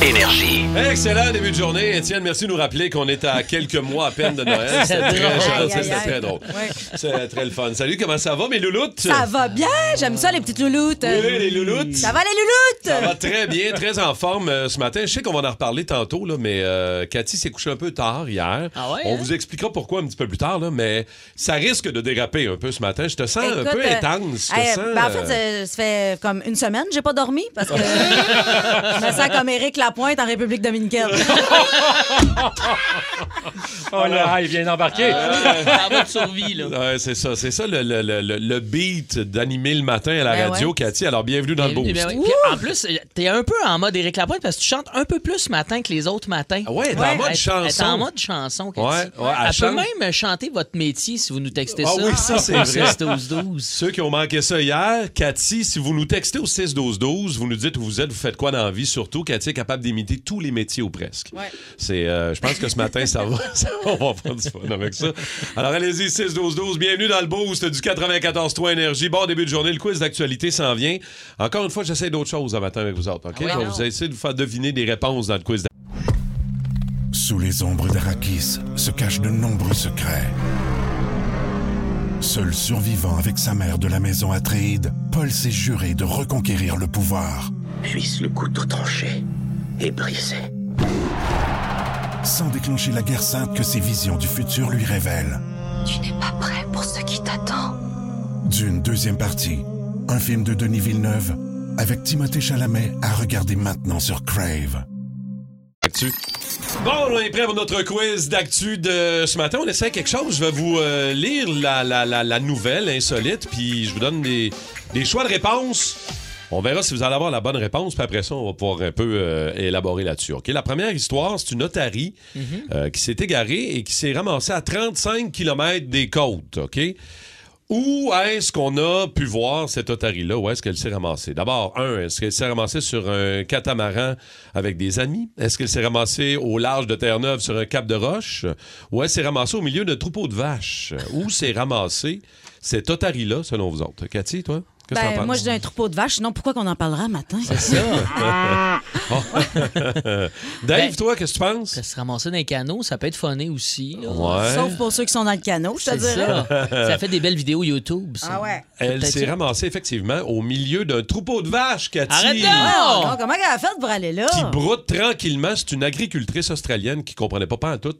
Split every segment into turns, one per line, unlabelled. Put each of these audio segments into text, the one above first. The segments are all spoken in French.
Énergie.
Excellent début de journée. Étienne, merci de nous rappeler qu'on est à quelques mois à peine de Noël. C'était très, gentil, c'était très drôle. C'est très le fun. Salut, comment ça va, mes louloutes?
Ça va bien, j'aime ça les petites louloutes.
Oui, les louloutes.
Ça va les
Ça
louloutes
va très bien, très en forme euh, ce matin. Je sais qu'on va en reparler tantôt, là, mais euh, Cathy s'est couchée un peu tard hier.
Ah ouais,
On
hein?
vous expliquera pourquoi un petit peu plus tard, là, mais ça risque de déraper un peu ce matin. Je te sens un peu
Écoute, euh,
intense. Je te
eh,
sens,
ben, en
euh,
fait, ça, ça fait comme une semaine, j'ai pas dormi parce que je me sens comme Éric Lapointe en République dominicaine.
Oh là, il vient d'embarquer.
Euh,
Ça va de survie, là.
Ah Ouais, c'est ça, c'est ça le, le- le- le- le beat d'animer le matin à la
Ben
radio,
ouais.
Cathy. Alors, bienvenue dans
Bienvenue,
le boost.
ben oui. Puis en plus, euh, t'es un peu en mode Éric Lapointe parce que tu chantes un peu plus ce matin que les autres matins.
Ah ouais, elle est en mode
Ouais.
Elle- elle est
chanson.
en mode chanson. Cathy.
Ouais, ouais, elle
elle
chante.
peut même chanter votre métier si vous nous textez
Ah
ça.
oui, ça, c'est
Au
vrai.
6-12-12.
Ceux qui ont manqué ça hier, Cathy, si vous nous textez au 6-12-12, vous nous dites où vous êtes, vous faites quoi dans la vie, surtout, Cathy est capable d'imiter tous les métiers ou presque. C'est, euh, je pense que ce matin, ça va, ça va, on va prendre du fun avec ça. Alors allez-y, 6-12-12, bienvenue dans le boost du 94-3 Énergie. Bon début de journée, le quiz d'actualité s'en vient. Encore une fois, j'essaie d'autres choses ce matin avec vous autres, OK?
Ah oui,
Je vais
non.
vous essayer de vous faire deviner des réponses dans le quiz
Sous les ombres d'Arakis se cachent de nombreux secrets. Seul survivant avec sa mère de la maison Atréide, Paul s'est juré de reconquérir le pouvoir.
Puisse le couteau tranché et brisé.
Sans déclencher la guerre sainte que ses visions du futur lui révèlent.
Tu n'es pas prêt pour ce qui t'attend.
D'une deuxième partie, un film de Denis Villeneuve, avec Timothée Chalamet à regarder maintenant sur Crave.
d'actu. Bon, on est prêt pour notre quiz d'actu de ce matin. On essaie quelque chose. Je vais vous euh, lire la, la- la- la nouvelle insolite, puis je vous donne des, des choix de réponses. On verra si vous allez avoir la bonne réponse, puis après ça, on va pouvoir un peu euh, élaborer là-dessus. OK? La première histoire, c'est une otarie euh, qui s'est égarée et qui s'est ramassée à 35 km des côtes. OK? Où est-ce qu'on a pu voir cette otarie-là? Où est-ce qu'elle s'est ramassée? D'abord, un, est-ce qu'elle s'est ramassée sur un catamaran avec des amis? Est-ce qu'elle s'est ramassée au large de Terre-Neuve sur un cap de roche? Ou elle s'est ramassée au milieu d'un troupeau de vaches? Où s'est ramassée cette otarie-là, selon vous autres? Cathy, toi? Qu'est-ce que t'en
Ben,
penses?
moi, j'ai un troupeau de vaches, sinon pourquoi qu'on en parlera matin?
Dave,
Ben-
toi, qu'est-ce que tu penses?
Ça se ramasser dans les canaux, ça peut être funné aussi. là.
Ouais.
Sauf pour ceux qui sont dans le canot, je te Ah
C'est
dirais.
ça. ça fait des belles vidéos YouTube. ça.
Elle
peut-être
s'est
ça.
ramassée, effectivement, au milieu d'un troupeau de vaches, Cathy!
Arrête
Ouais,
donc!
alors, comment elle a fait pour aller là?
qui broute tranquillement. C'est une agricultrice australienne qui comprenait pas pas en tout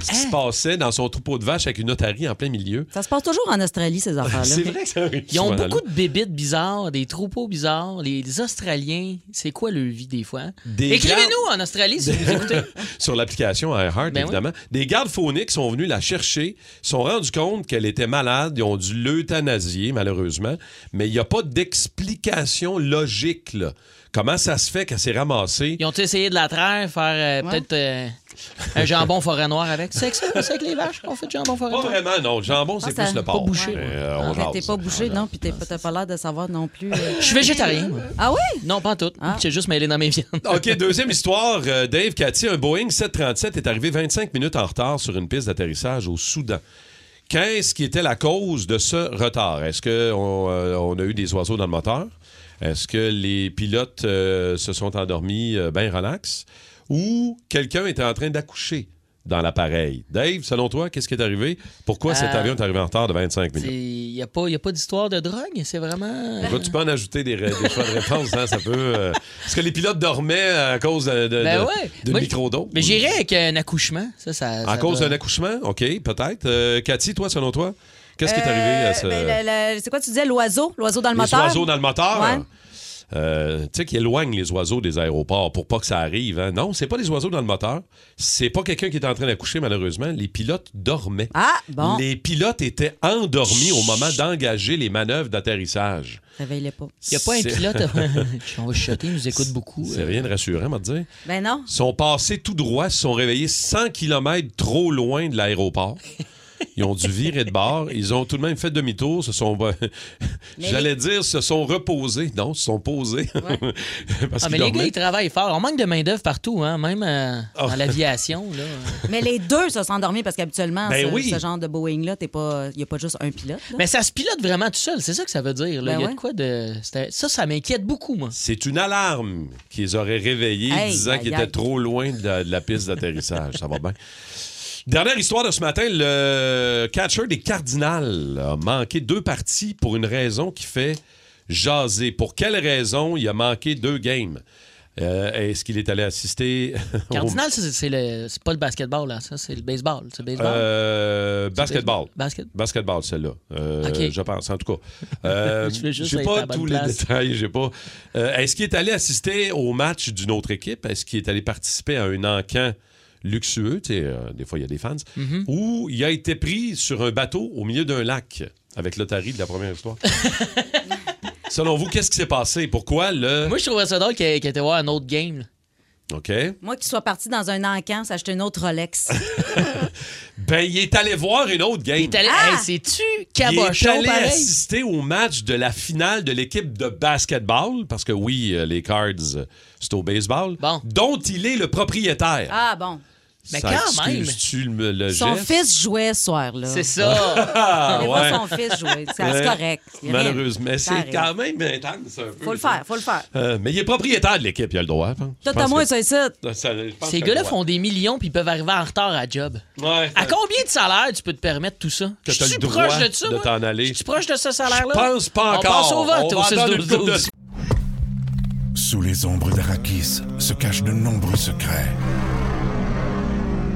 ce qui se passait dans son troupeau de vaches avec une otarie en plein milieu.
Ça se passe toujours en Australie, ces affaires-là.
C'est vrai que ça arrive
Ils ont
souvent, là.
beaucoup de bébites bizarres, des troupeaux bizarres. Les, les Australiens, c'est quoi leur vie des fois? hein?
Des
Écrivez-nous en Australie si vous écoutez.
sur l'application iHeart,
Ben oui.
évidemment. Des gardes fauniques sont venus la chercher, sont rendus compte qu'elle était malade, ils ont dû l'euthanasier, malheureusement, mais il n'y a pas d'explication logique, là. Comment ça se fait qu'elle s'est ramassée?
Ils ont essayé de la traire, faire euh, peut-être euh, un jambon forêt noire avec. C'est avec ça, c'est avec les vaches qu'on fait du jambon forêt
Pas
noire?
vraiment, non. Le jambon, c'est
Ah, ça-
plus le
pas
porc.
bouché.
Mais, euh, on
En fait,
jase.
t'es pas bouché, non, puis t'es pas- t'as pas l'air de savoir non plus. euh.
Je suis végétarien. moi.
Ah oui?
Non, pas en tout. J'ai juste mêlé dans mes viandes.
OK, deuxième histoire. Euh, Dave, Cathy, un Boeing 737 est arrivé 25 minutes en retard sur une piste d'atterrissage au Soudan. Qu'est-ce qui était la cause de ce retard? Est-ce qu'on on a eu des oiseaux dans le moteur? Est-ce que les pilotes euh, se sont endormis euh, ben relax? Ou quelqu'un était en train d'accoucher dans l'appareil? Dave, selon toi, qu'est-ce qui est arrivé? Pourquoi cet
Euh,
avion est arrivé en retard de 25 minutes?
Il n'y a pas, y a pas d'histoire de drogue, c'est vraiment... euh,
Écoute, tu peux en ajouter des, ra- des choix de réponse, hein, ça peut. euh, Est-ce que les pilotes dormaient à cause de, de,
Ben
de-
ouais.
d'une
Moi,
microdose?
Mais j'irais avec un accouchement. Ça, ça,
À
ça
cause
doit-
d'un accouchement? OK, peut-être. Euh, Cathy, toi, selon toi, qu'est-ce qui est arrivé à
Euh,
ce.
ben, le- le- c'est quoi tu disais, l'oiseau? L'oiseau dans le
les
moteur?
oiseaux dans le moteur?
Ouais.
euh, tu sais, qui éloignent les oiseaux des aéroports pour pas que ça arrive. hein. Non, c'est pas les oiseaux dans le moteur. C'est pas quelqu'un qui est en train d'accoucher, malheureusement. Les pilotes dormaient.
Ah, bon.
Les pilotes étaient endormis au moment d'engager les manœuvres d'atterrissage.
Réveille-les pas.
Il n'y a pas un
C'est-
pilote. On va chuter, il nous écoute beaucoup. euh.
C'est rien de rassurant, on va te dire.
Ben non.
sont passés tout droit, se sont réveillés 100 km trop loin de l'aéroport. Ils ont dû virer de bord. Ils ont tout de même fait demi-tour. Se sont, j'allais dire, se sont reposés. Non, se sont posés. Parce
Ah,
qu'ils
mais les gars,
dormaient.
ils travaillent fort. On manque de main-d'œuvre partout, hein, même euh, dans
Oh.
l'aviation. là.
Mais les deux se sont endormis parce qu'habituellement,
Ben
Ah, ce,
oui.
ce genre de Boeing-là, il n'y a pas juste un pilote. là.
Mais ça se pilote vraiment tout seul, c'est ça que ça veut dire. là.
Ben
Il y a
ouais.
de quoi de. c'était- Ça, ça m'inquiète beaucoup, moi.
C'est une alarme qu'ils auraient réveillée
Hey,
disant qu'ils
aïe, aïe.
étaient trop loin de la, de la piste d'atterrissage. Ça va bien. Dernière histoire de ce matin, le catcher des Cardinals a manqué deux parties pour une raison qui fait jaser. Pour quelle raison il a manqué deux games? Euh, Est-ce qu'il est allé assister au
Cardinal, ça, c'est- c'est le- c'est pas le basketball, là. Ça, c'est le baseball. C'est le baseball.
Euh, basketball?
Basket.
Basketball, celle-là. Euh,
OK.
Je pense, en tout cas. Euh,
Je voulais juste
j'ai
être à
pas
la bonne
tous les
place.
détails. J'ai pas. Euh, Est-ce qu'il est allé assister au match d'une autre équipe? Est-ce qu'il est allé participer à un encamp luxueux? Tu sais, euh, des fois, il y a des fans.
Mm-hmm.
Ou il a été pris sur un bateau au milieu d'un lac avec l'Otari de la première histoire? Selon vous, qu'est-ce qui s'est passé? Pourquoi le.
Moi, je trouvais ça drôle qu'il qu'il était voir un autre game. là.
OK.
Moi qui sois parti dans un encan, s'acheter une autre Rolex.
Ben, il est allé voir une autre game.
Il est allé.
Ah!
Hey, c'est-tu
Il est
cabochon,
allé
pareil?
assister au match de la finale de l'équipe de basketball, parce que oui, euh, les Cards, euh, c'est au baseball,
Bon.
dont il est le propriétaire.
Ah bon.
Mais
Ça
quand même.
excuse-tu le, le
Son
geste?
fils jouait ce soir, là.
C'est ça.
Ah,
Il
ouais.
pas son fils jouer. C'est c'est
Ouais.
correct. Il y a rien.
Malheureusement, mais
Ça
c'est
arrive.
quand même intense un peu.
Faut le faire, faut le faire.
Euh, mais il est propriétaire de l'équipe, il a le droit. hein. Je
Tout
pense
à moi,
que-
ça ici.
Ça, je pense qu'il
Ces
a le
gars-là
droit.
font des millions puis ils peuvent arriver en retard à job.
Ouais.
À combien de salaire tu peux te permettre tout ça?
Que
Je
t'as
suis
le droit
proche de ça,
de
moi?
t'en aller.
Je suis proche de ce salaire-là.
Je pense pas encore.
On passe au vote
On
au
va attendre
6
une couple de
12
Sous les ombres d'Arakis se cachent de nombreux secrets.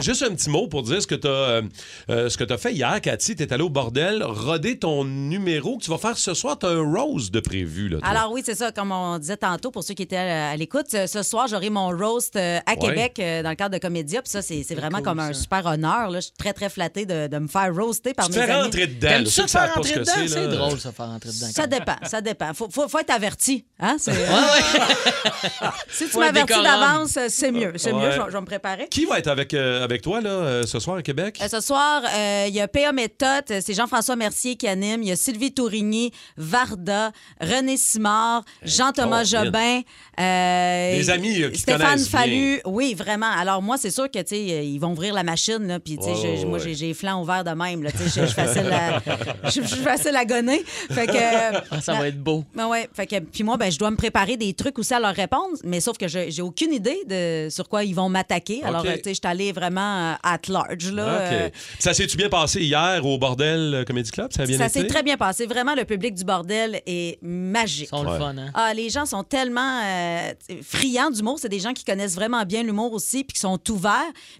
Juste un petit mot pour dire ce que tu as, ce que t'as fait hier, Cathy. Tu es allé au bordel, roder ton numéro que tu vas faire ce soir. Tu as un rose de prévu. Là, toi.
Alors oui, c'est ça, comme on disait tantôt, pour ceux qui étaient à, à l'écoute, ce ce soir, j'aurai mon roast euh, à
Ouais.
Québec euh, dans le cadre de Comédia. Puis ça, c'est c'est vraiment
cool,
comme un
ça.
super honneur. là. Je suis très, très flattée de, de me faire roaster par
tu te
mes
fais
amis.
rentrer dedans. là.
T'aimes
Ceux
ça
qui
faire
savent pas ce
rentrer
que
dedans? C'est
là,
drôle, ça, faire rentrer dedans.
Ça dépend, ça dépend. Faut, faut, faut être averti. Hein? c'est- si tu
Faut être
m'avertis
décorum.
d'avance, c'est mieux. C'est mieux,
Ouais.
je vais- je vais me préparer.
Qui va être avec, euh, avec toi là, euh, ce soir à Québec?
Euh, Ce soir, euh, il y a P.A. Méthode, euh, c'est Jean-François Mercier qui anime. Il y a Sylvie Tourigny, Varda, René Simard, Jean-Thomas
Colin.
Jobin. euh,
Eh, Des amis, euh, qui
Stéphane
connaissent bien.
Fallu. Oui, vraiment. Alors, moi, c'est sûr que, tu sais, euh, ils vont ouvrir la machine, là. Puis, tu sais,
Ouais,
je- je- moi,
ouais.
j'ai j'ai les flancs ouverts de même, là. Tu sais, je je suis facile à- je suis- je suis facile à gonner. Fait que. euh,
Ah, ça va être beau.
ben ouais, fait que puis moi ben je dois me préparer des trucs aussi à leur répondre, mais sauf que je- j'ai aucune idée de sur quoi ils vont m'attaquer. Alors
OK.
euh, tu sais, je suis allée vraiment euh, at large là.
OK.
euh,
Ça s'est-tu bien passé hier au bordel euh, Comedy Club? Ça a bien
ça
été?
s'est très bien passé. Vraiment, le public du bordel est magique.
Ils sont
Ouais.
le fun, hein?
Ah, les gens sont tellement euh, friands d'humour. C'est des gens qui connaissent vraiment bien l'humour aussi, puis qui sont ouverts.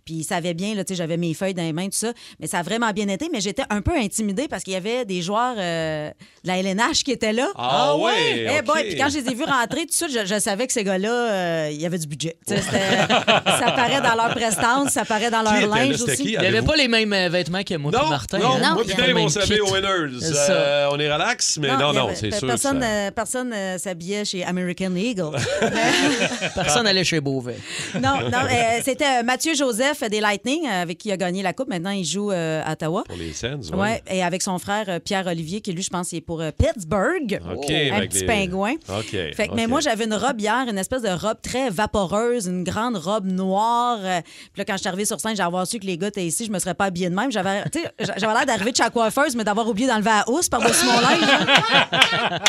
Puis ils savaient bien, là, tu sais, j'avais mes feuilles dans les mains, tout ça. Mais ça a vraiment bien été. Mais j'étais un peu intimidée parce qu'il y avait des joueurs euh, de la LNH qui étaient là.
Ah ouais,
Eh
ok.
boy, puis quand je les ai vus rentrer, tout de suite, je, je savais que ces gars-là, euh, il y avait du budget. Tu sais, c'était- ça paraît dans leur prestance, ça paraît dans
Qui
leur
était là?
linge
C'était
aussi.
qui?
Il avait
Avez-vous-
pas les mêmes euh, vêtements que moi
Non,
puis Martin.
non,
hein?
moi
Il y
puis
a pas
Dave,
le même
on s'habille
kit.
aux winners.
C'est ça.
Euh, on est relax, mais non,
il y
non,
avait-
c'est
pe-
sûr. que
Personne,
ça-
euh, personne euh, s'habillait chez American Eagle.
Personne n'allait chez Beauvais.
non, non, euh, c'était euh, Mathieu Joseph des Lightning euh, avec qui il a gagné la coupe. Maintenant, il joue euh, à Ottawa.
Pour les scènes, ouais.
Ouais, et avec son frère euh, Pierre Olivier qui lui, je pense, il est pour euh, Pittsburgh.
OK,
un
avec
petit
les-
pingouin.
OK,
Fait que- Mais
OK.
moi, j'avais une robe hier, une espèce de robe très vaporeuse, une grande robe noire. Euh, Puis là, quand je suis arrivée sur scène, j'ai avoir su que les gars étaient ici, je me serais pas habillée de même. J'avais tu sais, j'avais l'air d'arriver de chez la coiffeuse, mais d'avoir oublié d'enlever la housse par-dessus mon linge. hein.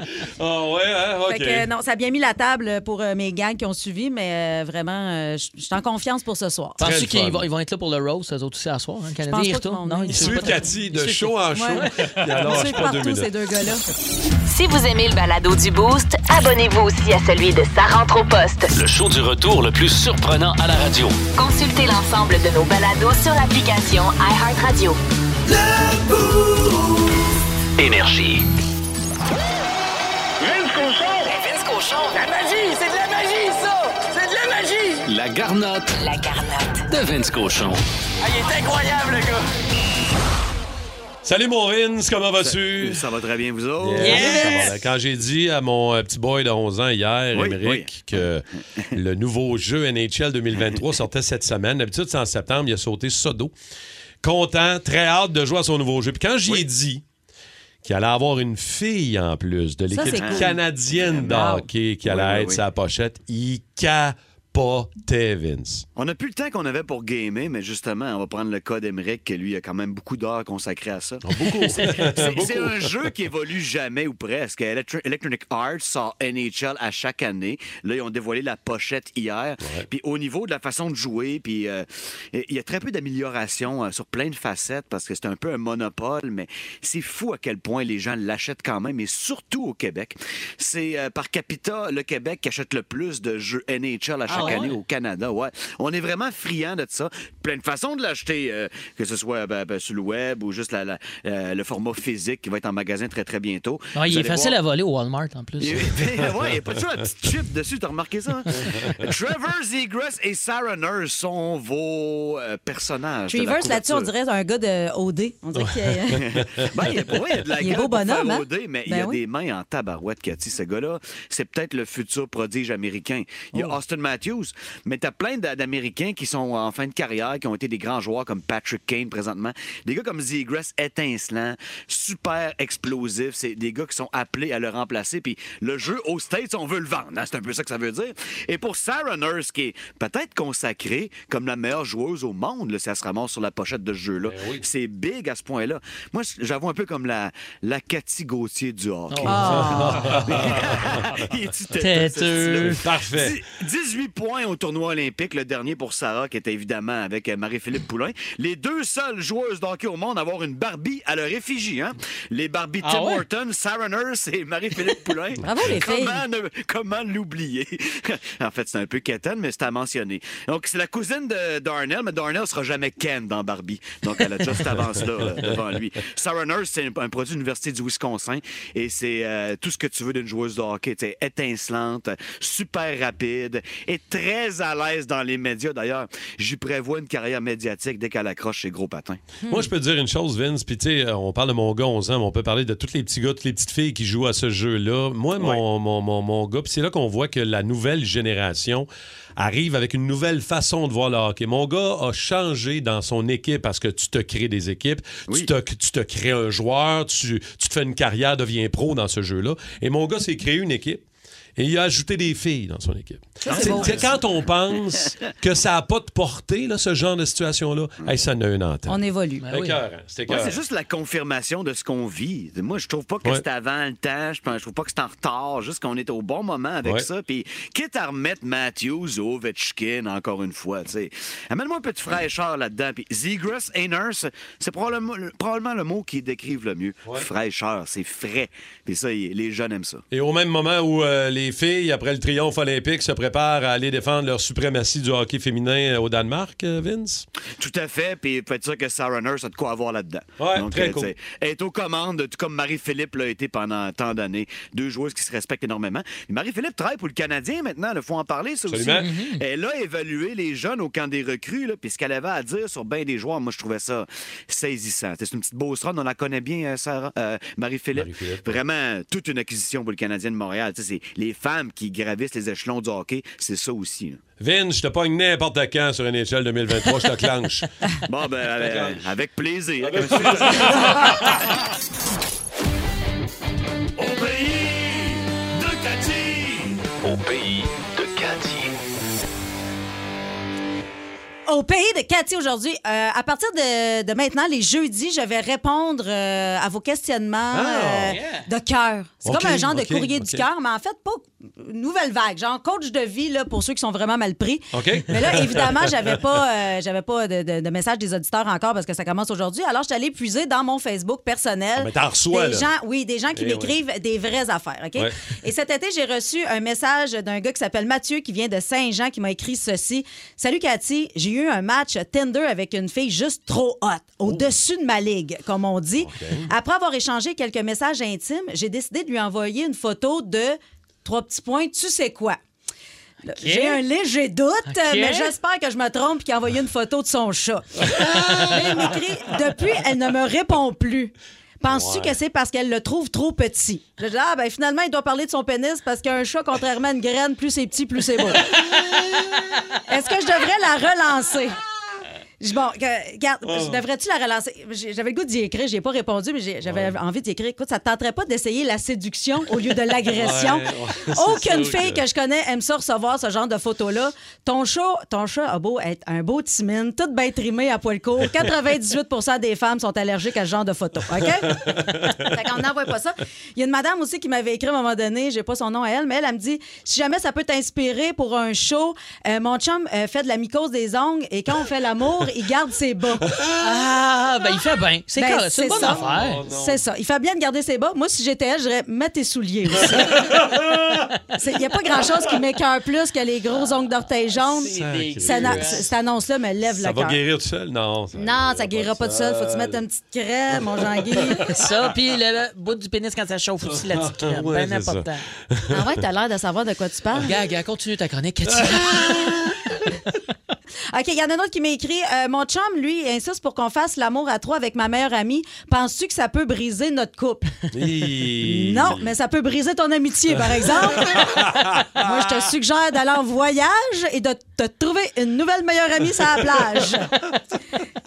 Ah ouais, hein, OK.
Fait que, euh, non, ça a bien mis la table pour euh, mes gangs qui ont suivi, mais euh, vraiment, euh, je je suis en confiance pour ce soir.
Très
Penses-tu
le
qu'ils
fun.
vont, ils vont être là pour le roast, eux autres aussi, à soir? Hein? Le Canadien,
pense
ils
pas qu'ils
retournent.
vont
Non,
Ah,
venir.
ils
Il
sont
suit
pas-
Cathy
ils
de
suivent-
show en show.
Ouais.
Il en
Ils
lâche
suivent
pas deux
partout ces
minutes.
deux gars-là.
Si vous aimez le balado du Boost, abonnez-vous aussi à celui de Sa rentre au poste.
Le show du retour le plus surprenant à la radio.
Consultez l'ensemble de nos balados sur l'application iHeartRadio.
Énergie. La garnotte
La garnotte.
de Vince Cochon.
Salut mon Vince, comment vas-tu?
Ça va très bien, vous autres?
Yes! Ça va bien. Quand j'ai dit à mon euh, petit boy de 11 ans hier,
Oui,
Émeric, que le nouveau jeu NHL 2023 sortait cette semaine, d'habitude c'est en septembre, il a sauté Sodo. Content, très hâte de jouer à son nouveau jeu. Puis quand j'y ai dit qu'il allait avoir une fille en plus de
Ça,
l'équipe
c'est cool.
canadienne
Wow.
d'hockey qui
Oui,
allait
oui,
être
oui.
sa pochette, il capotait Vince.
On n'a plus le temps qu'on avait pour gamer, mais justement, on va prendre le cas d'Emeric, qui lui a quand même beaucoup d'heures consacrées à ça.
Ah, Beaucoup.
C'est c'est un jeu qui évolue jamais ou presque. Electro- Electronic Arts sort NHL à chaque année. Là, ils ont dévoilé la pochette hier. Puis au niveau de la façon de jouer, puis euh, il y a très peu d'améliorations euh, sur plein de facettes parce que c'est un peu un monopole, mais c'est fou à quel point les gens l'achètent quand même, et surtout au Québec. C'est euh, par capita le Québec qui achète le plus de jeux NHL à chaque année au Canada. Ouais. On est vraiment friand de ça. Plein de façons de l'acheter, euh, que ce soit ben, ben, sur le web ou juste la- la- euh, le format physique qui va être en magasin très très bientôt.
Ouais, il
Vous
est
allez
facile
voir-
à voler au Walmart en plus.
il ouais, il n'y a pas toujours la petite chip dessus, t'as remarqué ça? hein? Trevor Zegras et Sarah Nurse sont vos euh,
Ah,
personnages. de la
Trevers, là-dessus, on
couverture.
dirait un gars de OD. On dirait qu'il
Ben, il, y a, pour vrai, il y a de la
Il est
gueule
beau
pour
bonhomme,
faire
hein?
rôder, mais il
Ben
y a
oui.
des mains en tabarouette, Cathy. Ce gars-là, c'est peut-être le futur prodige américain. Il y a Austin Matthews, mais t'as plein d'a- d'Américains qui sont en fin de carrière, qui ont été des grands joueurs comme Patrick Kane présentement. Des gars comme Zegras, étincelants, super explosifs. C'est des gars qui sont appelés à le remplacer. Puis le jeu aux States, on veut le vendre. hein. C'est un peu ça que ça veut dire. Et pour Sarah Nurse, qui est peut-être consacrée comme la meilleure joueuse au monde, là, si elle se ramasse sur la pochette de ce jeu-là, c'est big à ce point-là. Moi, j'avoue un peu comme la, la Cathy Gauthier du hockey. Il est-tu têteux, ce
Têteux.
style-là?
Parfait.
Dix- 18 points au tournoi olympique, le dernier pour Sarah, qui était évidemment avec euh, Marie-Philippe Poulain. Les deux seules joueuses d'hockey au monde à avoir une Barbie à leur effigie. Hein? Les Barbie
Ah
Tim
ouais?
Horton, Sarah Nurse et Marie-Philippe Poulain.
Bravo, les filles.
Comment ne- comment l'oublier? en fait, c'est un peu quétaine, mais c'est à mentionner. Donc, c'est la cousine de Darnell, mais Darnell sera jamais Ken dans Barbie. Donc, elle a déjà cette avance-là là, devant lui. Sarah Nurse, c'est un produit de l'Université du Wisconsin et c'est euh, tout ce que tu veux d'une joueuse de hockey. Tu sais, étincelante, super rapide et très à l'aise dans les médias. D'ailleurs, j'y prévois une carrière médiatique dès qu'elle accroche ses gros patins.
Moi, je peux te dire une chose, Vince, puis tu sais, euh, on parle de mon gars 11 ans, mais on peut parler de tous les petits gars, toutes les petites filles qui jouent à ce jeu-là. Moi, mon, mon, mon, mon gars, puis c'est là qu'on voit que la nouvelle génération arrive avec une nouvelle façon de voir le hockey. Mon gars a changé dans son équipe parce que tu te crées des équipes, tu,
Oui.
te, tu te crées un joueur, tu, tu te fais une carrière, deviens pro dans ce jeu-là. Et mon gars s'est créé une équipe. Et il a ajouté des filles dans son équipe.
c'est
C'est-
beau.
c'est quand on pense que ça n'a pas de portée, là, ce genre de situation-là, hey, ça n'a une antenne.
On évolue.
Ben oui.
Écœurant, C'était
Ouais,
écœurant.
c'est juste la confirmation de ce qu'on vit. Moi, je trouve pas que
Ouais.
c'est avant le temps, je pense- je trouve pas que c'est en retard, juste qu'on est au bon moment avec
Ouais.
ça. Puis, quitte à remettre Matthews ou Ovechkin encore une fois, tu sais. Amène-moi un peu de fraîcheur là-dedans. Puis, Zegras et Nurse, c'est probablement, le- probablement le mot qui décrivent le mieux. Fraîcheur, c'est frais. Puis ça, y- les jeunes aiment ça.
Et au même moment où euh, les filles, après le triomphe olympique, se préparent à aller défendre leur suprématie du hockey féminin euh, au Danemark, euh, Vince?
Tout à fait, puis faites sûr que Sarah Nurse a de quoi avoir là-dedans. euh,
Ouais, très
tu
cool.
sais, Elle est aux commandes, tout comme Marie-Philippe l'a été pendant tant d'années. Deux joueuses qui se respectent énormément. Et Marie-Philippe travaille pour le Canadien maintenant, il faut en parler, ça
Absolument.
aussi. Mm-hmm. Elle a évalué les jeunes au camp des recrues, là, puis ce qu'elle avait à dire sur bien des joueurs, moi, je trouvais ça saisissant. C'est une petite beauce ronde, on la connaît bien, euh, Sarah, euh, Marie-Philippe.
Marie-Philippe.
Vraiment, toute une acquisition pour le Canadien de Montréal. Tu sais, c'est les femmes qui gravissent les échelons du hockey, c'est ça aussi. là.
Vince, je te pogne n'importe quand sur une échelle 2023, je te clenche.
Bon, ben, euh, avec plaisir.
Au pays de Cathy
Au pays de Cathy.
au pays de Cathy aujourd'hui. Euh, à partir de, de maintenant, les jeudis, je vais répondre euh, à vos questionnements
Ah,
euh, de cœur. C'est
Ok,
comme un genre
ok,
de courrier
ok.
du cœur, mais en fait, pas une nouvelle vague. Genre coach de vie là, pour ceux qui sont vraiment mal pris.
OK.
Mais là, évidemment, j'avais pas, euh, j'avais pas de, de- de message des auditeurs encore parce que ça commence aujourd'hui. Alors, je suis allée puiser dans mon Facebook personnel.
Ah, mais t'en reçois,
des
là.
gens, oui, des gens qui
Eh ouais.
m'écrivent des vraies affaires, OK?
Ouais.
Et cet été, j'ai reçu un message d'un gars qui s'appelle Mathieu, qui vient de Saint-Jean, qui m'a écrit ceci. Salut Cathy, j'ai eu un match Tinder avec une fille juste trop hot, au-dessus de ma ligue, comme on dit. Après avoir échangé quelques messages intimes, j'ai décidé de lui envoyer une photo de trois petits points, tu sais quoi. Là, J'ai un léger doute, euh, mais j'espère que je me trompe et qu'il a envoyé une photo de son chat. Là, il m'écrit Depuis, elle ne me répond plus. Penses-tu que c'est parce qu'elle le trouve trop petit? Je dis, ah, ben finalement, il doit parler de son pénis parce qu'un chat, contrairement à une graine, plus c'est petit, plus c'est beau. Est-ce que je devrais la relancer?
Euh.
Je- Bon, que- regarde,
Oh.
je- devrais-tu la relancer? J'ai- J'avais le goût d'y écrire, j'ai pas répondu, mais j'ai- j'avais envie d'y écrire. Écoute, ça te tenterait pas d'essayer la séduction au lieu de l'agression?
Ouais, ouais, c'est
Aucune
sûr
fille que... je connais aime ça recevoir ce genre de photos-là. Ton chat, ton chat a beau être un beau timide, tout bien trimé à poil court. 98 des femmes sont allergiques à ce genre de photos. OK? fait qu'on n'envoie pas ça. Il y a une madame aussi qui m'avait écrit à un moment donné, j'ai pas son nom à elle, mais elle, elle me dit si jamais ça peut t'inspirer pour un show, euh, mon chum euh, fait de la mycose des ongles et quand on fait l'amour, il garde ses bas.
Ah, ben il fait bien. C'est
Ben,
correct, c'est une bonne
ça. Oh,
Oh,
affaire.
C'est ça. Il fait bien de garder ses bas. Moi, si j'étais elle, je dirais mets tes souliers aussi. Il n'y a pas grand-chose qui m'écœure plus que les gros ongles d'orteil
Ah,
jaunes. Ça na- c- Cette annonce-là me lève
Ça
le
va
cœur.
guérir tout seul? Non.
Non, ça guérira pas de seul. Faut-tu mettre une petite crème, mon Jean-Guy?
Ça, puis le bout du pénis quand ça chauffe aussi, la petite crème.
Ouais,
bien
c'est ça.
important.
Ah ouais, t'as l'air de savoir de quoi tu parles.
Gars, gars, continue ta chronique. Cathy.
OK, il y en a un autre qui m'a écrit euh, Mon chum, lui, insiste pour qu'on fasse l'amour à trois avec ma meilleure amie. Penses-tu que ça peut briser notre couple?
Hi.
Non, mais ça peut briser ton amitié, par exemple. Moi, je te suggère d'aller en voyage et de te trouver une nouvelle meilleure amie sur la plage.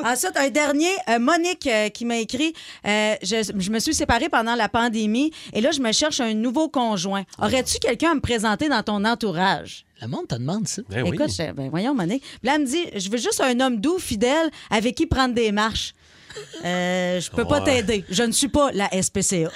Ensuite, un dernier, euh, Monique, euh, qui m'a écrit euh, je, je me suis séparée pendant la pandémie et là, je me cherche un nouveau conjoint. Aurais-tu quelqu'un à me présenter dans ton entourage?
Le monde te demande ça.
Ben oui.
Écoute, je- ben voyons, Monique. Puis là, elle me dit Je veux juste un homme doux, fidèle, avec qui prendre des marches. Euh, je peux pas t'aider. Je ne suis pas la SPCA.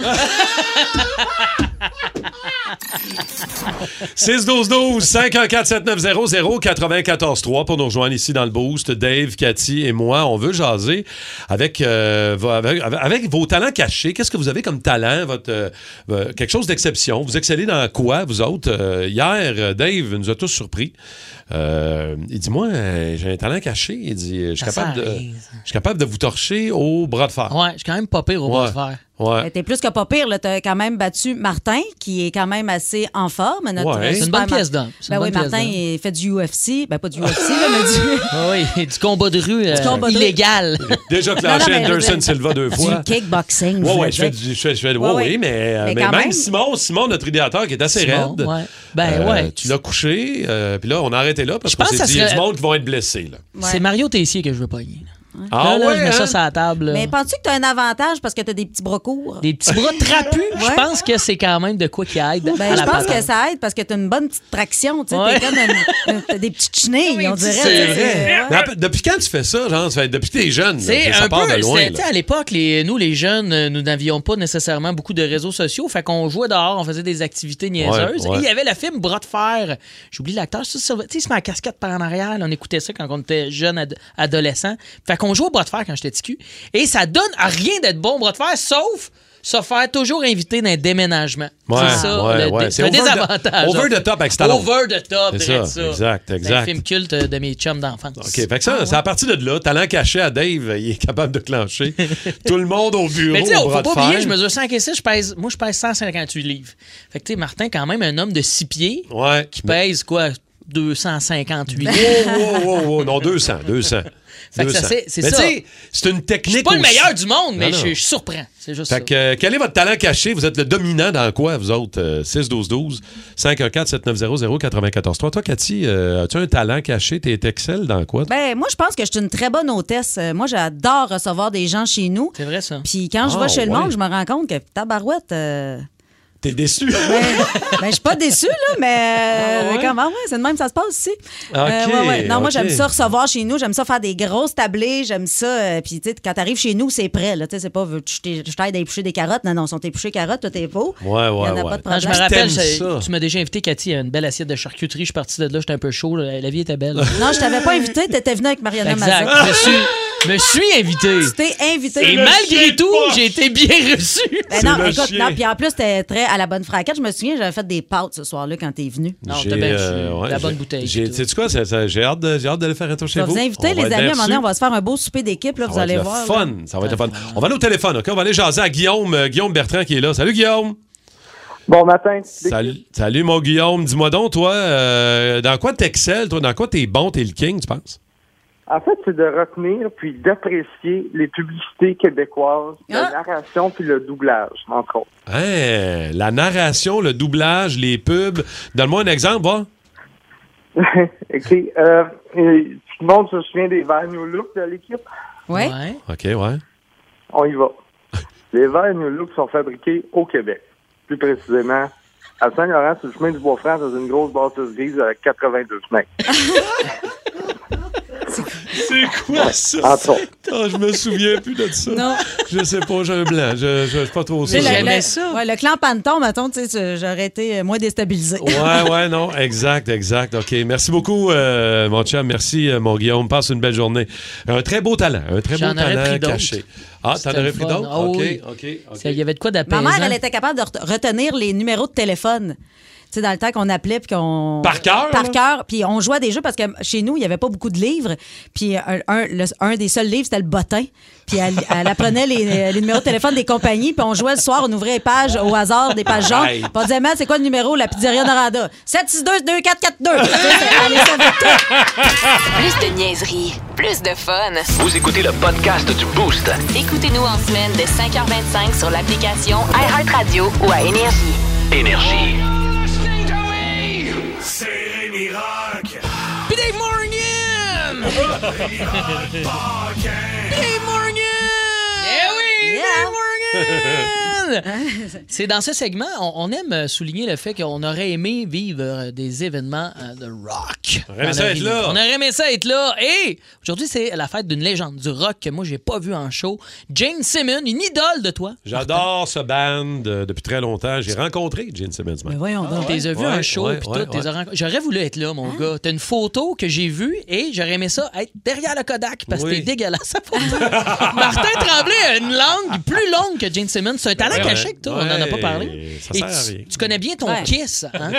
612-12-514-7900-943 pour nous rejoindre ici dans le Boost. Dave, Cathy et moi, on veut jaser avec, euh, vo- avec, avec vos talents cachés. Qu'est-ce que vous avez comme talent? Votre, euh, euh, quelque chose d'exception. Vous excellez dans quoi, vous autres? Euh, hier, euh, Dave nous a tous surpris. Euh, il dit, moi, euh, j'ai un talent caché. Il dit, euh, je suis
Ça
capable, de-
sert à rien, ça.
je suis capable de vous torcher au bras de fer.
Ouais, je suis quand même pas pire au bras de fer.
Ouais.
Euh, T'es plus que pas pire, là. T'as quand même battu Martin, qui est quand même assez en forme.
Ouais.
Notre euh,
C'est une
super
bonne
Mar-
pièce d'homme. C'est une
Ben oui,
bonne pièce
Martin,
d'homme.
il fait du UFC. Ben pas du UFC, là, mais du.
Ah oui, du combat de rue euh,
combat de rue.
illégal.
Déjà
Non, non,
clashé
mais je veux
Anderson
dire-
Silva deux fois.
Du kickboxing.
Ouais,
je
ouais,
veux
je fais
dire.
du. Je fais, je fais-
Ouais,
ouais,
ouais.
oui, mais, euh,
Mais
mais
quand
même,
même-
Simon, Simon, notre idéateur, qui est assez
Simon,
raide.
ouais. Ben
euh,
ouais.
Tu l'as couché, euh, puis là, on a arrêté là parce
Je
qu'on
pense
s'est
que ça
dit, il y a du
serait-
monde qui vont être blessés. Là.
Ouais.
C'est Mario Tessier que je veux pogner.
Ah
là, là,
ouais,
je mets
hein?
ça sur la table. là.
Mais penses-tu que t'as un avantage parce que t'as des petits bras courts?
Des petits bras trapus, je
Ouais.
pense que c'est quand même de quoi qui aide. à
Ben, je
la
pense
patente.
que ça aide parce que t'as une bonne petite traction. Tu sais,
Ouais.
t'es comme une- une- t'as des petites chenilles, on dirait.
c'est
tu sais,
vrai.
c'est-
Mais après, depuis quand tu fais ça, genre, ça fait- depuis que t'es jeune, là,
C'est
ça
un
part
peu,
de loin.
c'est- tu sais,
là.
à l'époque, les, nous, les jeunes, euh, nous n'avions pas nécessairement beaucoup de réseaux sociaux. Fait qu'on jouait dehors, on faisait des activités niaiseuses.
ouais.
Et il y avait le film Bras de fer. J'oublie l'acteur. Tu sais, il se met la casquette par en arrière. là, on écoutait ça quand on était jeune, ad- adolescent. Fait qu'on jouait au Bras de fer quand j'étais ticu. Et ça donne à rien d'être bon au Bras de fer, sauf se faire toujours inviter dans un déménagement.
Ouais,
c'est ça,
ouais,
le,
ouais.
dé-
C'est
le
over the-
désavantage. hein.
over the top avec Stallone.
Over the top,
C'est
direct
ça, exact,
C'est un
exact.
film culte de mes chums d'enfance. Ah
OK, fait que ça, c'est à partir de là, talent caché à Dave, il est capable de clencher tout le monde au bureau.
Mais tu sais,
au
faut
bras
pas
de
oublier,
fer.
je mesure 5 et 6, je pèse, moi, je pèse 158 livres. Fait que, tu sais, Martin, quand même, un homme de 6 pieds,
Ouais.
qui pèse quoi? 258 livres.
Oh, oh, oh, oh, non, 200, 200.
Fait que ça,
200.
c'est- c'est
Mais
ça.
tu sais, c'est une technique.
Je suis pas le
aussi.
meilleur du monde, mais
Non, non.
je je surprends. C'est juste
Fait
ça.
que, euh, quel est votre talent caché? Vous êtes le dominant dans quoi, vous autres? Euh, 6-12-12, 514-7900-943. Toi, Cathy, euh, as-tu un talent caché? T'es excel dans quoi?
Ben, moi, je pense que je suis une très bonne hôtesse. Euh, Moi, j'adore recevoir des gens chez nous.
C'est vrai, ça.
Puis quand je
Ah,
vais chez le
ouais.
monde, je me rends compte que tabarouette, euh,
T'es déçu?
Ben, ben, je suis pas déçue, là, mais
Ah ouais?
euh, comment, ouais, c'est de même, ça se passe aussi.
Ok,
ouais, ouais. Non, moi,
ok.
j'aime ça recevoir chez nous, j'aime ça faire des grosses tablées, j'aime ça. euh, Puis, tu sais, quand t'arrives chez nous, c'est prêt, là. Tu sais, c'est pas, veux- je t'ai- je t'aide à éplucher des carottes. Non, non, sont épluchées carottes, toi, t'es faux.
Ouais, ouais,
Il y en a
ouais.
pas de
Non, je
problème.
me rappelle,
t'aimes
j'ai-
ça.
tu m'as déjà invité, Cathy, à une belle assiette de charcuterie. Je suis parti de là, j'étais un peu chaud. là. La vie était belle.
Non, je t'avais pas invité, t'étais venu avec Mariana
exact.
Mazza.
Je suis, me suis invité.
Tu t'es invité.
Et
le chien
malgré
de
tout,
poche.
j'ai été bien reçu.
Ben
C'est
non,
le
écoute,
chien.
non, puis en plus, t'es très à la bonne fraquette. Je me souviens, j'avais fait des pâtes ce soir-là quand t'es venu.
Non,
J'ai,
t'as bien
euh,
reçu.
ouais,
La
j'ai-
bonne bouteille.
j'ai-
et tout.
sais-tu quoi? Ça- ça- j'ai, hâte de, j'ai hâte de le faire retour
Je
chez
vais
vous.
vous inviter,
va
les
être
amis. À un
bien
moment donné, on
reçus.
va se faire un beau souper d'équipe. Là,
Ça
vous
va
allez
être le
voir. là.
fun. Ça va être le fun. On va aller au téléphone, OK? On va aller jaser à Guillaume, euh, Guillaume Bertrand qui est là. Salut, Guillaume!
Bon matin.
Salut, salut, mon Guillaume. Dis-moi donc, toi, euh, dans quoi t'excelles, toi? Dans quoi t'es bon, t'es le king, tu penses?
En fait, c'est de retenir puis d'apprécier les publicités québécoises,
Ah.
la narration puis le doublage, entre autres.
Hein, la narration, le doublage, les pubs. Donne-moi un exemple, va.
OK. euh, et tout le monde se souvient des vannes au look de l'équipe.
Ouais.
Ouais.
OK, ouais.
On y va. les vannes au look sont fabriquées au Québec. Plus précisément, à Saint-Laurent, sur le chemin du Bois-France, dans une grosse bâtisse grise à 82 mètres.
C'est quoi ça?
Entre autres.
Ah, je me souviens plus de ça.
Non.
Je sais pas, j'ai un blanc. Je je- je suis pas trop sûr.
Mais
Le-
j'aimais
le-
ça.
Ouais, le clan Panton, mettons, tu sais, j'aurais été euh, moins déstabilisé.
Ouais, ouais, non, exact, exact. OK, merci beaucoup, euh, mon chum. Merci, euh, mon Guillaume. Passe une belle journée. Un très beau talent, un très
J'en
beau
aurais
talent
pris d'autres.
caché. Ah, t'en
C'était
aurais
le
pris
fun.
d'autres?
Ah
OK,
oui.
OK, OK.
Il y avait de quoi
Ma
d'apaisant.
mère, elle était capable de re- retenir les numéros de téléphone. Tu sais, dans le temps qu'on appelait puis qu'on.
Par cœur, là?
Par cœur. Puis on jouait à des jeux parce que chez nous, il n'y avait pas beaucoup de livres. Puis un, un- le- un des seuls livres, c'était le bottin. Puis elle, elle apprenait les, les numéros de téléphone des compagnies. Puis on jouait le soir, on ouvrait les pages au hasard, des pages jaunes.
Aïe.
Puis on disait, Matt, c'est quoi le numéro? La pizzeria Noranda. 762-2442. Tu sais, elle les savait toutes.
Plus de niaiserie, plus de fun.
Vous écoutez le podcast du Boost.
Écoutez-nous en semaine de 5h25 sur l'application iHeartRadio ou à Énergie.
Énergie.
Puis des morning!
hein.
Des morning!
Ah
Eh oui! des morning! C'est dans ce segment, on, on aime euh, souligner le fait qu'on aurait aimé vivre euh, des événements euh, de rock.
aurait aimé
dans
ça
la
être
vie.
là.
On aurait aimé ça être là. Et aujourd'hui, c'est la fête d'une légende du rock que moi, j'ai pas vu en show. Jane Simmons, une idole de toi.
J'adore ce band euh, depuis très longtemps. J'ai rencontré Gene Simmons.
Mais
man.
voyons donc. Hein?
T'es as Ah,
Ouais,
vu un show,
ouais,
puis
ouais,
tout, t'es
ouais.
as rencontré. J'aurais voulu être là, mon gars. T'as une photo que j'ai vue et j'aurais aimé ça être derrière le Kodak parce que
Oui.
t'es dégueulasse, sa photo. Martin Tremblay a une langue plus longue que Jane Simmons. C'est un talent
ouais,
caché que toi, on en a pas
ouais,
parlé.
ça
et
sert à
tu,
rien.
tu connais bien ton
Ouais.
kiss, hein?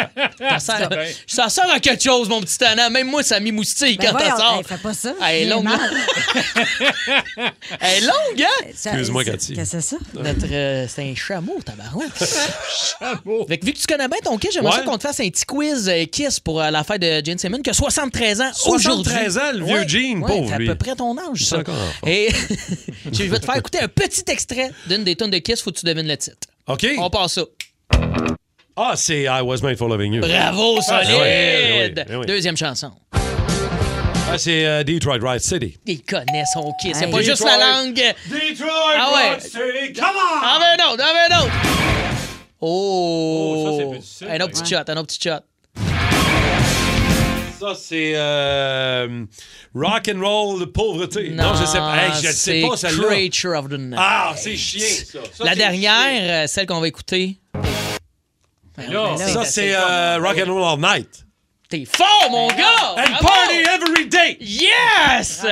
ça, sert, ça sert à quelque chose, mon petit talent. Même moi, ça m'y moustille
Ben
quand t'en
voyons,
sors.
hey, fais pas ça.
Elle est
J'ai
longue,
mal.
Elle est longue, hein?
Euh, Ça-
Excuse-moi,
c'est-
Cathy.
Qu'est-ce que c'est ça?
Notre, euh, c'est un chameau, tabarouette. chameau. Fait que vu que tu connais bien ton kiss, j'aimerais
Ouais.
ça qu'on te fasse un petit quiz euh, kiss pour euh, la fête de Jane Simmons, qui a 73 ans aujourd'hui.
73 ans, le vieux Gene, pauvre,
c'est à
lui.
peu près ton âge, ça.
encore en forme.
Et je vais te faire écouter un petit extrait d'une des tonnes de kiss, faut que tu devines le titre.
OK?
On passe ça.
Ah, c'est I Was Made for Loving You. Ah,
Bravo,
ben
solide!
ouais, ouais, ouais, ouais.
Deuxième chanson.
Ah, c'est euh, Detroit Riot City.
Ils connaissent son kiss. C'est
Hey.
pas juste la langue.
Detroit
Ah ouais. Ah ben, Rock
City, come on!
En veut un autre, en veut un autre. Oh!
Oh, ça, c'est plus difficile,
un
par
autre petit shot, un autre petit shot.
Ça, c'est euh, Rock and Roll de pauvreté. Non, je sais pas. Hey, je sais pas
c'est
celle-là.
Creature of the Night.
Ah, c'est chiant, ça. Ça,
la
c'est chiant.
dernière, euh, celle qu'on va écouter. Ben,
Là.
on essaie
Ça,
d'essayer.
c'est euh, Rock and Roll All Night. Ben
T'es fort, mon gars!
And
Bravo!
party every day! Ah,
Yes!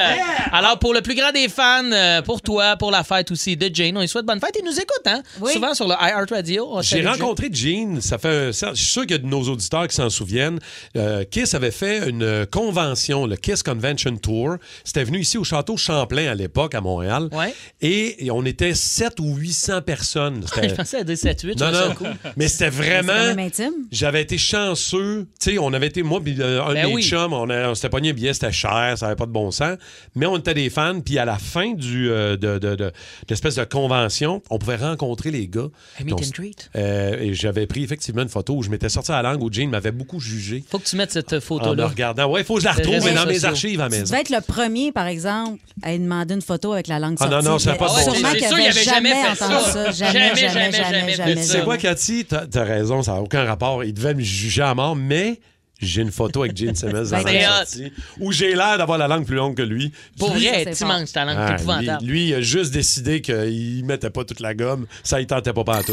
Alors, pour le plus grand des fans, euh, pour toi, pour la fête aussi de Jane, on lui souhaite bonne fête. et nous écoute, hein?
Oui.
Souvent sur le iHeartRadio. on
J'ai
salue
rencontré Gene, ça fait un certain- Je suis sûr qu'il y a de nos auditeurs qui s'en souviennent. Euh, Kiss avait fait une euh, convention, le Kiss Convention Tour. C'était venu ici au Château Champlain à l'époque, à Montréal.
Ouais.
Et, et on était 7 ou 800 personnes.
Jane.
C'était-
Je pensais à 17-8.
euh, Non,
je trouvais ça
non.
cool.
Mais c'était
C'est quand
vraiment.
même intime.
J'avais été chanceux. Tu sais, on avait été moi, puis euh, un
Ben
de mes
oui.
chums, on, a- on s'était pogné un billet, c'était cher, ça avait pas de bon sens. Mais on était des fans, puis à la fin du, euh, de, de- de- de l'espèce de convention, on pouvait rencontrer les gars.
Un meet
Donc,
and treat.
euh, et j'avais pris effectivement une photo où je m'étais sorti à la langue, où Jane m'avait beaucoup jugé.
Faut que tu mettes cette
en me
photo-là.
regardant. Ouais, il faut que je la
Les
retrouve mais
réseaux
dans mes
sociaux.
archives à
Tu
maison.
devais être le premier, par exemple, à lui demander une photo avec la langue
Ah non,
sortie. Euh,
non, ça n'a pas de bon
Sûrement
sens.
qu'il
C'est sûr,
avait
il avait
jamais,
jamais fait
entendu
ça.
ça. Jamais,
Jamais,
jamais,
jamais,
jamais,
jamais
Mais
jamais.
tu sais quoi, Cathy? T'as t'as raison, ça n'a aucun rapport. Il devait me juger à mort, mais j'ai une photo avec Gene Simmons dans
Ben,
la
c'est
sortie où j'ai l'air d'avoir la langue plus longue que lui.
Pour
Lui-
ça,
vrai, c'est
c'est
immense, ta langue,
Ah,
c'est
lui,
épouvantable.
lui, il a juste décidé qu'il mettait pas toute la gomme. Ça, il tentait pas pas tout.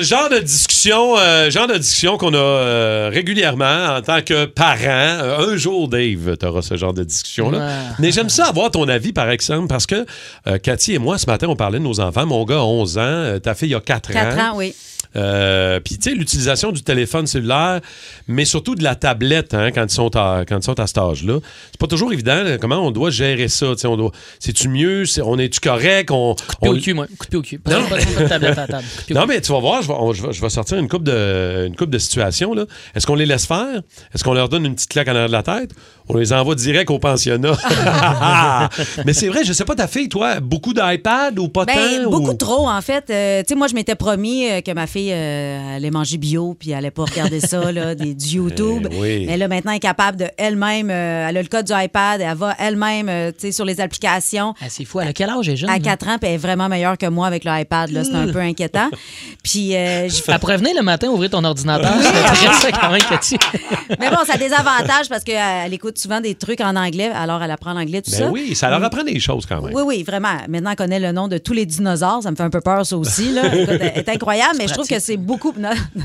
genre de discussion, euh, genre de discussion qu'on a euh, régulièrement en tant que parent. Euh, un jour, Dave, t'auras ce genre de discussion-là.
Ouais.
Mais j'aime ça avoir ton avis, par exemple, parce que euh, Cathy et moi, ce matin, on parlait de nos enfants. Mon gars a 11 ans, euh, ta fille a 4
Quatre ans, oui.
euh, Puis, tu sais, l'utilisation du téléphone cellulaire, mais surtout de la tablette hein, quand, ils sont à, quand ils sont à cet âge-là. C'est pas toujours évident euh, comment on doit gérer ça. tu sais, on doit- C'est-tu mieux? C'est- on est-tu correct? On,
Coup de pied
on-
au cul, moi. Coup de pied au cul.
Non.
Pas, pas de tablette à table. Coup de pied au
non,
cul.
mais tu vas voir, je vais, on- je vais- je vais sortir une coupe de, une coupe de situations. là. Est-ce qu'on les laisse faire? Est-ce qu'on leur donne une petite claque en arrière de la tête? On les envoie direct au pensionnat. mais c'est vrai, je sais pas, ta fille, toi, beaucoup d'iPad ou pas
Ben,
tant?
beaucoup
ou-
trop, en fait. Euh, tu sais, moi, je m'étais promis euh, que ma fille euh, allait manger bio puis elle allait pas regarder ça, là, des, du YouTube.
Eh oui.
Mais là, maintenant, elle est capable de elle-même, euh, elle a le code du iPad, elle va elle-même, euh, tu sais, sur les applications.
Ah, c'est fou. Elle a quel âge, elle est jeune?
À
là?
4 ans, puis elle est vraiment meilleure que moi avec l'iPad, là.
Mm.
C'est un peu inquiétant. Puis, euh, j'ai-
Elle pourrait venir le matin ouvrir ton ordinateur. Ça t'intéresse ça quand même, Cathy.
Mais bon, ça a des avantages parce qu'elle écoute souvent des trucs en anglais, alors elle apprend l'anglais, tout
Ben
ça. Mm.
oui, ça leur apprend des choses quand même.
Oui, oui, vraiment. Maintenant, elle connaît le nom de tous les dinosaures. Ça me fait un peu peur, ça aussi. Là. Écoute, elle est incroyable, mais je trouve que c'est beaucoup. non.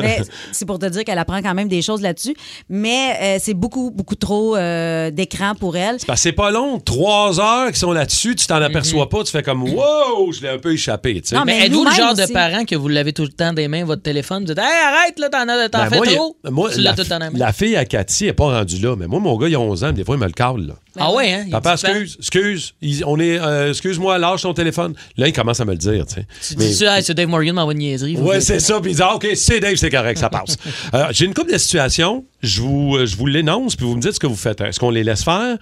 mais c'est pour te dire qu'elle apprend quand même des choses là-dessus. Mais euh, c'est beaucoup, beaucoup trop euh, d'écran pour elle.
Parce que c'est pas long, trois heures qui sont là-dessus, tu t'en aperçois pas, tu fais comme Wow, je l'ai un peu échappé. tu sais.
Mm-hmm. Non,
Mais
Mais
êtes-vous le
nous-mêmes
genre de
aussi.
parent que vous l'avez tout le temps des mains, votre téléphone? Vous dites, hey, arrête, là, t'en as- t'en
Ben,
fais
moi, il y a-
trop.
moi,
tu l'as
la,
tout le temps dans les mains.
la fille à Cathy n'est pas rendue là, mais moi, mon gars, il a 11 ans, des fois, il me le cale. là.
Ah ouais, hein? Il
Papa,
dit, Ben,
excuse, excuse, il- on est, euh, excuse-moi, lâche ton téléphone. Là, il commence à me le dire. tu sais.
Tu
Mais-
dis, hey, c'est Dave Morgan m'envoie une niaiserie. Vous
Ouais,
faites-
c'est ça. Puis il dit, ah, OK, c'est Dave, c'est correct, ça passe. Euh, J'ai une couple de situations. Je vous, euh, je vous l'énonce, puis vous me dites ce que vous faites. Est-ce qu'on les laisse faire?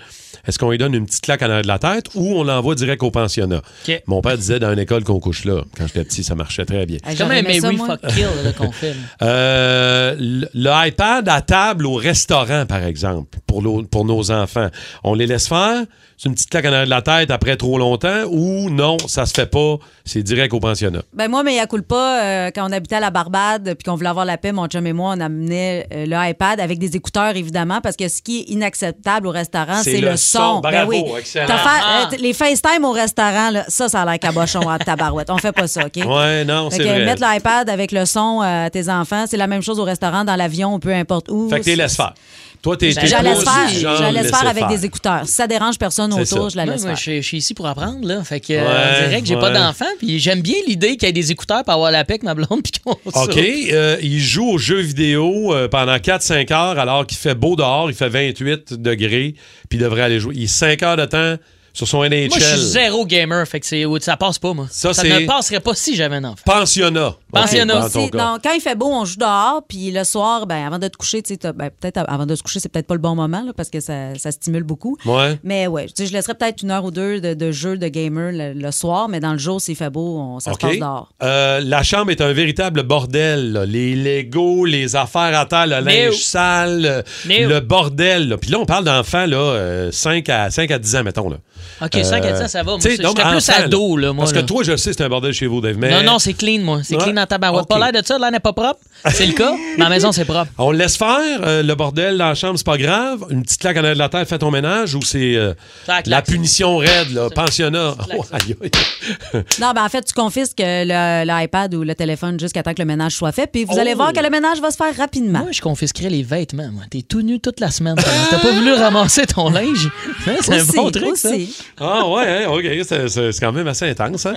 Est-ce qu'on lui donne une petite claque en arrière de la tête ou on l'envoie direct au pensionnat?
OK.
Mon père disait dans une école qu'on couche là. Quand j'étais petit, ça marchait très bien.
Ah,
C'est comme
j'aurais
un
aimé
Mary
ça, moi.
Fuck Kill là, qu'on fait. là.
Euh, le le iPad à table au restaurant, par exemple, pour, l'au- pour nos enfants, on les laisse faire? C'est une petite claque en arrière de la tête après trop longtemps ou non, ça se fait pas, c'est direct au pensionnat?
Ben moi, mais il coule pas. euh, quand on habitait à la Barbade, puis qu'on voulait avoir la paix, mon chum et moi, on amenait euh, le iPad avec des écouteurs, évidemment, parce que ce qui est inacceptable au restaurant,
C'est
c'est
le
le, son.
son.
Ben
Bravo,
oui.
excellent.
T'as fait-
Ah.
euh, t- les FaceTime au restaurant, là, ça, ça a l'air cabochon à tabarouette. On fait pas ça, OK?
Ouais, non,
Fait
c'est
que
vrai.
mettre l'iPad avec le son euh, à tes enfants, c'est la même chose au restaurant, dans l'avion, peu importe où.
Fait que t'es laisse faire. Toi, t'es
Je
t'es
la
plus
laisse faire,
du
je
genre
la laisse faire
laisser
avec des écouteurs. Si ça dérange personne
C'est
autour,
ça.
je la
Moi,
laisse
moi,
faire.
je, je suis ici pour apprendre, là. Fait que,
Ouais,
euh, on dirait que j'ai pas
ouais.
d'enfant, puis j'aime bien l'idée qu'il y ait des écouteurs pour avoir la paix avec ma blonde, puis qu'on
OK,
se-
euh, il joue aux jeux vidéo euh, pendant 4-5 heures alors qu'il fait beau dehors, il fait 28 degrés, puis il devrait aller jouer. Il est 5 heures de temps sur son NHL.
Moi, je suis zéro gamer, fait que c'est- ça passe pas, moi.
Ça,
Ça,
c'est-
ne passerait pas si j'avais un enfant.
Pensionnat.
Pensionnat.
OK, dans
Aussi,
ton cas.
non, quand il fait beau, on joue dehors, puis le soir, ben, avant de te coucher, tu sais, t'as- ben, peut-être avant de se coucher, c'est peut-être pas le bon moment là, parce que ça, ça stimule beaucoup.
Ouais.
Mais ouais, tu sais, je laisserais peut-être une heure ou deux de, de jeu de gamer le, le soir, mais dans le jour, s'il fait beau, on, ça
OK.
se passe dehors.
Euh, la chambre est un véritable bordel. là. Les Legos, les affaires à terre, le
Néo.
linge sale, euh,
Néo.
le bordel. là. Puis là, on parle d'enfants là, 5, à, 5 à 10 ans, mettons. Là.
OK, 5 à
Euh,
10 ans, ça va. Moi,
t'sais,
c'est-
non,
j'étais
mais
plus
enfant,
ado, là, moi.
Parce que
là.
toi, je sais, c'est un bordel chez vous, Dave. mais-
Non, non, c'est clean, moi. C'est
Ouais.
clean en tabarouette.
OK.
Pas l'air de ça, l'air n'est pas propre. C'est le cas. Ma maison, c'est propre.
On le laisse faire, euh, le bordel dans la chambre, c'est pas grave. Une petite claque en arrière de la terre, fais ton ménage ou c'est euh,
Ça claque.
la punition raide, là, pensionnat.
claque, ça.
Oh, aïe, aïe.
Non, ben en fait, tu confisques euh, le, l'iPad ou le téléphone jusqu'à temps que le ménage soit fait, puis vous
Oh!
allez voir que le ménage va se faire rapidement.
Moi, je confisquerais les vêtements, moi. T'es tout nu toute la semaine. Thomas. T'as pas voulu ramasser ton linge. Hein, c'est un
Aussi,
bon truc, ça.
aussi.
Ah ouais, hein, ok, c'est- c'est c'est quand même assez intense. Hein?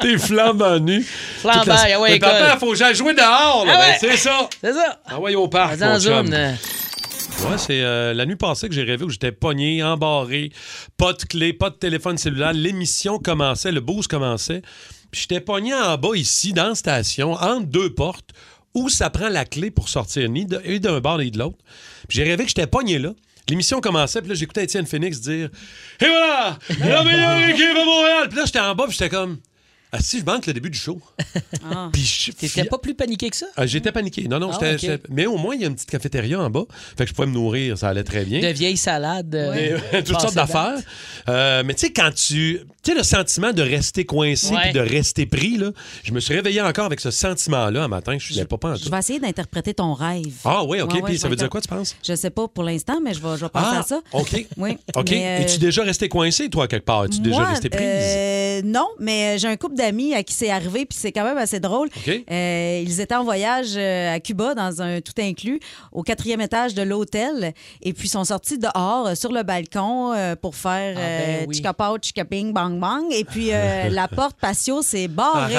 T'es flambant nu.
Flambant,
Toute la-
ah ouais,
Mais papa,
école.
faut que j'aille jouer dehors. là.
Ah
Ben,
ouais.
c'est ça.
C'est ça.
Ah ouais, au parc.
Vas-y en
mon chum.
zone. euh, Ah.
Ouais, c'est euh, la nuit passée que j'ai rêvé où j'étais pogné, embarré, pas de clé, pas de téléphone cellulaire. L'émission commençait, le boost commençait. Puis j'étais pogné en bas ici, dans la station, entre deux portes, où ça prend la clé pour sortir, ni de- et d'un bord ni de l'autre. Puis j'ai rêvé que j'étais pogné là. L'émission commençait, puis là, j'écoutais Étienne Phoenix dire Et voilà, la meilleure équipe à Montréal. Puis là, j'étais en bas, puis j'étais comme Ah, si, je manque le début du show.
Ah.
T'étais pas plus paniqué que ça?
Ah, j'étais paniqué. Non, non,
Ah,
j'étais-
ok.
j'étais- Mais au moins, il y a une petite cafétéria en bas. Fait que je pouvais me nourrir, ça allait très bien.
De vieilles salades. euh,
Mais, toutes
passées
sortes d'affaires.
dates.
Euh, mais tu sais, quand tu. Tu sais, le sentiment de rester coincé
Ouais.
puis de rester pris, là, je me suis réveillé encore avec ce sentiment-là un matin. Je ne pas
Je
pensé.
vais essayer d'interpréter ton rêve.
Ah oui, OK.
Ouais, ouais,
puis
je
ça
vais
veut dire
inter-
quoi, tu penses?
Je sais pas pour l'instant, mais je vais, je vais penser
Ah,
à ça.
OK.
Oui.
OK.
mais, euh,
Es-tu déjà resté coincé, toi, quelque part? Es-tu déjà
Moi,
resté prise?
euh, non, mais j'ai un couple d'amis à qui c'est arrivé, puis c'est quand même assez drôle.
OK.
Euh, ils étaient en voyage euh, à Cuba, dans un tout inclus, au quatrième étage de l'hôtel, et puis sont sortis dehors euh, sur le balcon euh, pour faire euh,
oui.
chica pow, chica ping, bang bang. Et puis euh, la porte patio s'est barrée.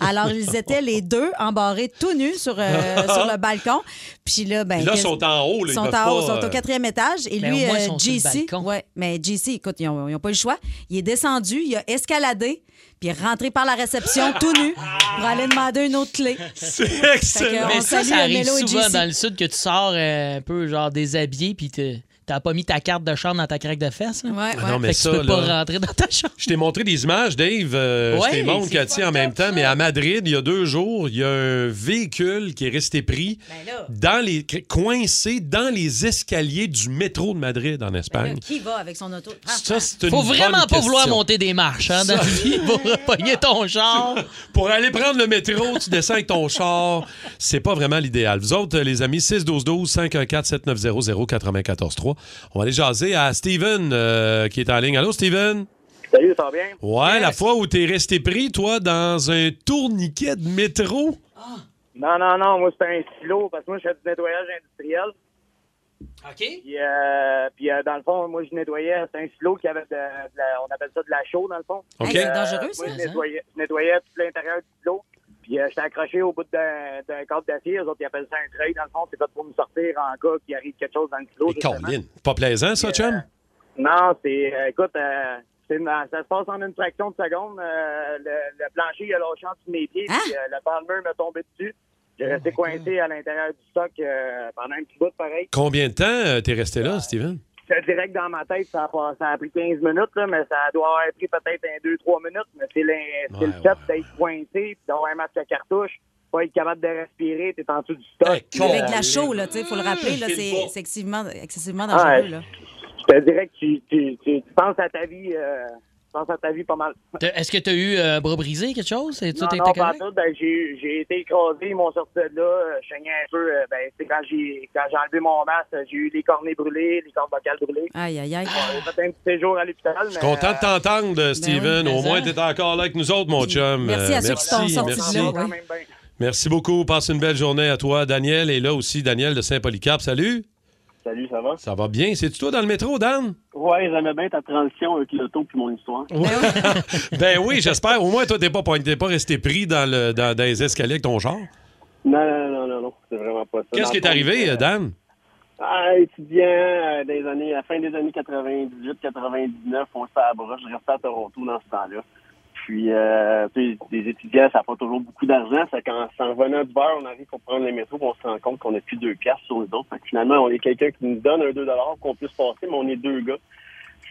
Ah.
Alors ils étaient les deux embarrés tout nus sur, euh, sur le balcon. Puis là, ben,
Puis là,
qu'est-ce-
sont en haut, là, ils
sont
peuvent
en haut,
pas,
sont
euh,
au quatrième étage. Et
Mais
lui,
Ben, au moins, ils
euh,
sont sur le
JC,
balcon.
ouais, mais JC, écoute, ils n'ont pas eu le choix. Il est descendu, il a escaladé, puis est rentré par la réception tout nu pour aller demander une autre clé.
C'est
Fait
excellent.
que-
Mais
On
ça,
salue,
ça
euh,
arrive
Melo et
souvent
JC.
dans le sud que tu sors euh, un peu genre déshabillé puis te- t'as pas mis ta carte de chambre dans ta craque de fesses. là.
Ouais,
Ah
ouais.
non, mais
fait que
ça,
tu peux
là-
pas rentrer dans ta chambre.
Je t'ai montré des images, Dave. euh,
Ouais,
je t'ai montré,
c'est
Cathy, en même temps. Mais à Madrid, il y a deux jours, il y a un véhicule qui est resté pris
Ben
dans les coincé dans les escaliers du métro de Madrid
Ben
en Espagne.
Qui va avec son auto?
Ça, c'est une
Faut
bonne
vraiment pas
question.
vouloir monter des marches hein, dans la vie pour pogner ton char.
Pour aller prendre le métro, tu descends avec ton char. C'est pas vraiment l'idéal. Vous autres, les amis, 612-12-514-7900-943. On va aller jaser à Steven euh, qui est en ligne. Allô, Steven?
Salut, ça va bien?
Ouais, la fois où t'es resté pris, toi, dans un tourniquet de métro.
Non, non, non, moi, c'était un stylo, parce que moi, je fais du nettoyage industriel.
OK.
Puis, euh, puis euh, dans le fond, moi, je nettoyais. C'est un silo qui avait de, de la- On appelle ça de la chaux, dans le fond. euh,
OK?
Hey, c'est dangereux, ça. hein?
Moi, je nettoyais, je nettoyais tout l'intérieur du silo. Puis, euh, j'étais accroché au bout d'un d'un cadre d'acier. Eux autres, ils appellent ça un treuil, dans le fond. C'est fait pour me sortir en cas qu'il arrive quelque chose dans le silo.
Et
justement.
Colin, pas plaisant,
Euh,
ça, chum?
Non, c'est. euh, écoute, euh, c'est ma- ça se passe en une fraction de seconde. Euh, le, le plancher, il a lâché en dessous de mes pieds,
Hein? Oh
puis euh, le palmeur m'a tombé dessus. J'ai resté coincé à l'intérieur du stock euh, pendant un petit bout, pareil.
Combien de temps euh, t'es resté là, Steven?
C'est direct dans ma tête, ça a, pas- ça a pris 15 minutes, là, mais ça doit avoir pris peut-être un 2-3 minutes. Mais c'est le, c'est le
Ouais,
fait
ouais,
d'être coincé, puis d'avoir un masque à cartouche, pas être capable de respirer, t'es en dessous du stock.
Hey,
Puis, euh,
con.
Avec de la chaux, là, tu sais, faut le rappeler, là,
C'est
c'est
bon.
c'est excessivement, excessivement dangereux,
Ouais.
là.
Je te dirais que tu, tu, tu- tu penses à ta vie, euh, tu penses à ta vie pas mal.
T'as- Est-ce que t'as eu euh, un bras brisé, quelque chose? Et tout
Non,
était
non, pas
correct?
tout. Ben, j'ai, j'ai été écrasé, ils m'ont sorti de là, euh, je saignais un peu. euh, Ben, c'est quand j'ai, quand j'ai enlevé mon masque, j'ai eu les cornets brûlés, les cordes vocales brûlées.
Aïe, aïe, aïe.
J'ai fait un petit séjour à l'hôpital. euh,
Je suis content de t'entendre, Steven.
Ben oui,
Au
mais
moins,
ça.
t'es encore là avec nous autres, mon chum.
Merci à
Euh,
ceux qui sont sortis de
merci.
là, ouais.
quand même bien.
Merci beaucoup. Passe une belle journée à toi. Daniel est là aussi. Daniel de Saint-Polycarpe. Salut.
Salut, ça va?
Ça va bien. C'est-tu toi dans le métro, Dan?
Ouais, j'aimais bien ta transition avec l'auto puis mon histoire.
ben oui, j'espère. Au moins, toi, t'es pas, t'es pas resté pris dans, le, dans, dans les escaliers avec ton char.
Non, non, non, non, non, c'est vraiment pas ça.
Qu'est-ce qui est
Dans le fond,
arrivé,
euh,
Dan?
Ah, étudiant euh, des années, à la fin des années 98-99, on s'est à broche. Je restais à Toronto dans ce temps-là. Puis, euh, tu sais, les étudiants, ça n'a pas toujours beaucoup d'argent. Ça, quand s'en revenant du bar, on arrive pour prendre les métros, puis on se rend compte qu'on n'a plus deux piastres sur nous autres. Fait que finalement, on est quelqu'un qui nous donne un 2 pour qu'on puisse passer, mais on est deux gars.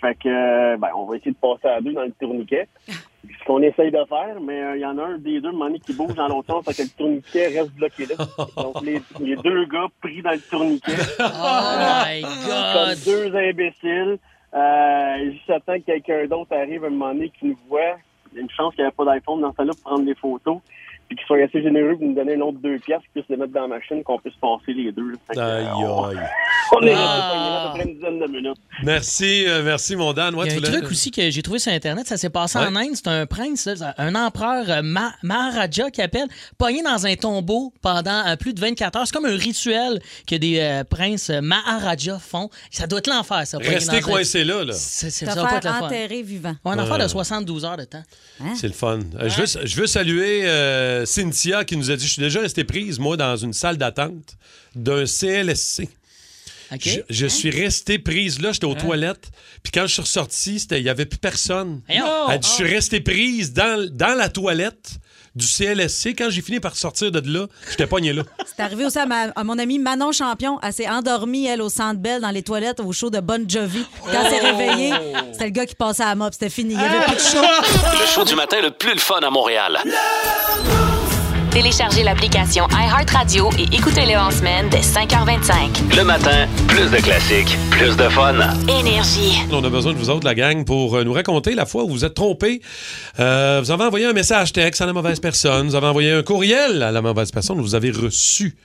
Fait que, euh, ben, on va essayer de passer à deux dans le tourniquet. Ce qu'on essaye de faire, mais euh, il y en a un des deux, un moment donné, qui bouge dans l'autre sens, fait que le tourniquet reste bloqué là. Donc, les, les deux gars pris dans le tourniquet
Oh my
comme
God!
deux imbéciles. Euh, juste attends que quelqu'un d'autre arrive à un moment donné qui nous voit. Il y a une chance qu'il n'y avait pas d'iPhone dans ce là pour prendre des photos. Puis qu'ils soient assez généreux pour nous donner un autre deux pièces, qu'ils puissent les mettre dans la machine, qu'on puisse passer les deux. là. Fait que,
Aïe,
euh, on-
aïe.
On est resté
Ah.
pognés là à peu près une dizaine de minutes.
Merci, euh, merci, mon Dan. Ouais,
Il y a
tu
un
voulais-
truc aussi que j'ai trouvé sur Internet, ça s'est passé en
Ouais.
Inde. C'est un prince, là, un empereur euh, Ma- Maharaja qui appelle, pogné dans un tombeau pendant euh, plus de 24 heures. C'est comme un rituel que des euh, princes euh, Maharaja font. Ça doit être l'enfer, ça. pogné dans
Rester
un-
coincé là, Euh. là.
C'est c'est-
Te
ça va pas être le
faire
fun.
enterrer vivant.
Ouais, Un affaire de 72 heures de temps.
C'est le fun. Euh, Je, veux, je veux saluer euh, Cynthia qui nous a dit Je suis déjà restée prise, moi, dans une salle d'attente d'un CLSC.
OK? Hein?
Je, je suis restée prise là, j'étais aux toilettes. Puis quand je suis ressorti, c'était- il n'y avait plus personne.
Voyons. Oh,
Elle dit, Je suis restée prise dans, dans la toilette. du CLSC. Quand j'ai fini par sortir de là, j'étais pogné là.
C'est arrivé aussi à, ma- à mon amie Manon Champion. Elle s'est endormie, elle, au Centre Bell, dans les toilettes, au show de Bon Jovi. Quand elle s'est
Oh!
réveillée, c'était le gars qui passait à la mop. C'était fini. Il n'y avait plus de show.
Le show du matin le plus le fun à Montréal.
Téléchargez l'application iHeartRadio et écoutez-le en semaine dès 5h25.
Le matin, plus de classiques, plus de fun.
Énergie.
On a besoin de vous autres, la gang, pour euh, nous raconter la fois où vous êtes trompé. Euh, vous avez envoyé un message texte à la mauvaise personne. Vous avez envoyé un courriel à la mauvaise personne. Vous avez reçu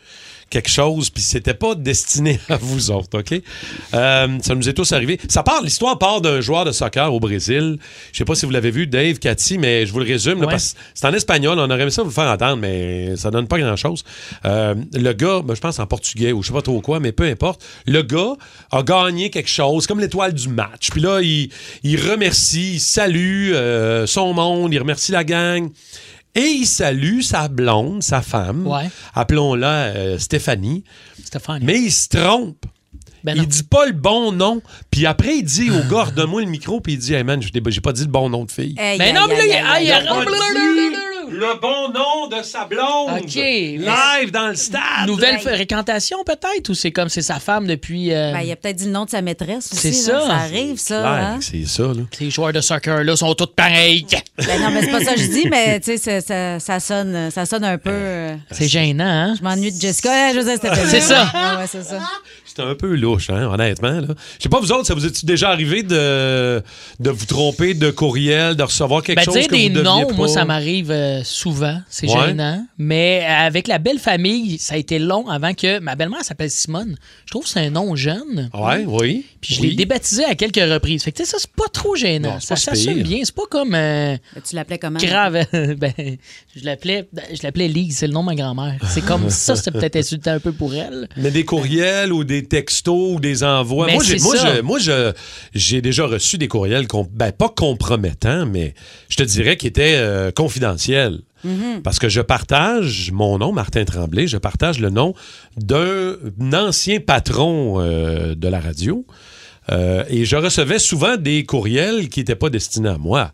quelque chose, puis c'était pas destiné à vous autres, OK? Euh, ça nous est tous arrivé. Ça part, l'histoire part d'un joueur de soccer au Brésil. Je sais pas si vous l'avez vu, Dave, Cathy, mais je vous le résume, là,
Ouais.
parce que c'est en espagnol, on aurait aimé ça vous le faire entendre, mais ça donne pas grand-chose. Euh, le gars, ben, je pense en portugais ou je sais pas trop quoi, mais peu importe, le gars a gagné quelque chose, comme l'étoile du match. Puis là, il, il remercie, il salue euh, son monde, il remercie la gang. Et il salue sa blonde, sa femme,
Ouais.
appelons-la euh, Stéphanie.
Stéphanie. Ben
Mais il se trompe. il dit pas le bon nom. Puis après, il dit au gars, donne-moi le micro. Puis il dit, hey man, j'ai j'ai pas dit le bon nom de fille.
Aïe, Mais non, aïe, mais là, aïe, il- aïe, aïe, aïe.
Il a pas dit le bon nom de sa blonde.
OK.
Live dans le stade.
Nouvelle
Ouais.
fréquentation, peut-être, ou c'est comme c'est sa femme depuis. euh,
Ben, il a peut-être dit le nom de sa maîtresse aussi.
C'est
là.
ça.
Ça arrive, ça. hein?
C'est ça, là.
Ces joueurs de soccer, là, sont tous pareils.
Ben non, mais c'est pas ça que je dis, mais tu sais, ça, ça- ça sonne, ça sonne un peu. euh,
C'est gênant, hein?
Je m'ennuie de Jessica. Eh, je sais, c'était Ah
C'est ça.
Ouais, ouais, c'est ça.
C'était un peu louche, hein, honnêtement. là. Je sais pas, vous autres, ça vous est déjà arrivé de, de vous tromper de courriel, de recevoir quelque
Ben,
chose
dire
que
des
vous deviez
noms,
pas?
moi, ça m'arrive euh, souvent. C'est
Ouais.
gênant. Mais euh, avec la belle famille, ça a été long avant que ma belle-mère s'appelle Simone. Je trouve que c'est un nom jeune.
Ah Ouais, oui.
Puis je
Oui.
l'ai débaptisé à quelques reprises. Fait que, tu sais, ça, c'est pas trop gênant.
Non, c'est
ça
pas si
s'assume
pire.
bien. C'est pas comme. euh,
Tu l'appelais comment?
Grave. ben, je l'appelais je l'appelais Lise, c'est le nom de ma grand-mère. C'est comme ça, c'était peut-être insultant un peu pour elle.
Mais des courriels ou des textos ou des envois.
Mais
moi, j'ai,
Ben, c'est
moi,
ça.
je- moi, je- j'ai déjà reçu des courriels, com- ben, pas compromettants, mais je te dirais qu'ils étaient euh, confidentiels.
Mm-hmm.
Mhm.
Parce que je partage mon nom, Martin Tremblay, je partage le nom d'un ancien patron euh, de la radio. Euh, et je recevais souvent des courriels qui n'étaient pas destinés à moi,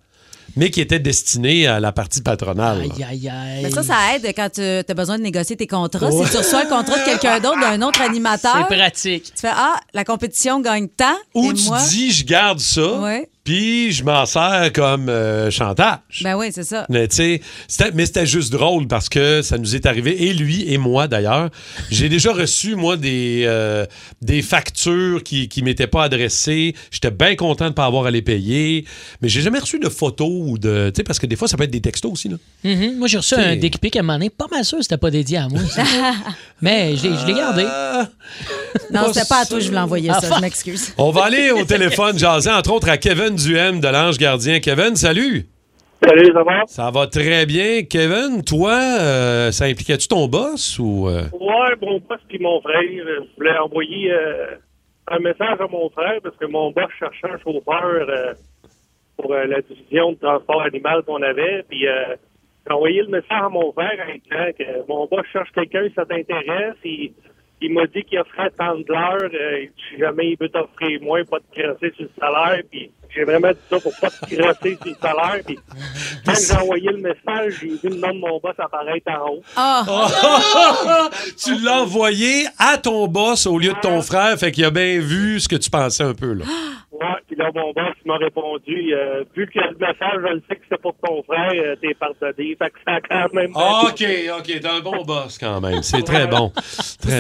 mais qui étaient destinés à la partie patronale.
Aïe, aïe, aïe.
Mais ça, ça aide quand tu as besoin de négocier tes contrats.
Ouais.
Si tu reçois le contrat de quelqu'un d'autre, d'un autre animateur.
C'est pratique.
Tu fais Ah, la compétition gagne tant.
Ou
et
tu
moi-
dis, je garde ça,
Ouais.
puis je m'en sers comme euh, chantage.
Ben oui, c'est ça.
Mais tu sais, c'était- mais c'était juste drôle parce que ça nous est arrivé, et lui et moi d'ailleurs. J'ai déjà reçu, moi, des, euh, des factures qui ne m'étaient pas adressées. J'étais bien content de ne pas avoir à les payer. Mais j'ai jamais reçu de photos ou de. Tu sais, parce que des fois, ça peut être des textos aussi. Là.
Mhm. Moi, j'ai reçu
C'est-
un dick pic à un moment donné. Pas mal sûr que c'était pas dédié à moi. ça. Mais je l'ai je l'ai gardé.
Ah.
Non, c'était pas à toi que je voulais envoyer ça.
Ah, fuck.
Je m'excuse.
On va aller au téléphone jaser, entre autres, à Kevin Duhem de l'Ange Gardien. Kevin, salut!
Salut, ça va?
Ça va très bien. Kevin, toi, euh, ça impliquait-tu ton boss ou. euh?
Ouais, mon boss puis mon frère. Je voulais envoyer euh, un message à mon frère parce que mon boss cherchait un chauffeur euh, pour euh, la division de transport animal qu'on avait. Puis euh, j'ai envoyé le message à mon frère en disant que mon boss cherche quelqu'un, ça t'intéresse. Il, il m'a dit qu'il offrait tant de l'heure. euh, si jamais il veut t'offrir moins, pas te crasser sur le salaire. Puis j'ai vraiment dit ça pour pas te crasser sur le salaire. Puis quand j'ai envoyé le message, j'ai vu le nom de mon boss apparaître en haut.
Ah.
tu l'as envoyé à ton boss au lieu de ton frère, fait qu'il a bien vu ce que tu pensais un peu. Là.
Ouais, puis là, mon boss il m'a répondu, euh, vu que le message, je le sais que c'est pour ton frère, euh, t'es pardonné. Fait que ça a quand même...
OK, OK, t'es un bon boss quand même. C'est très bon. Très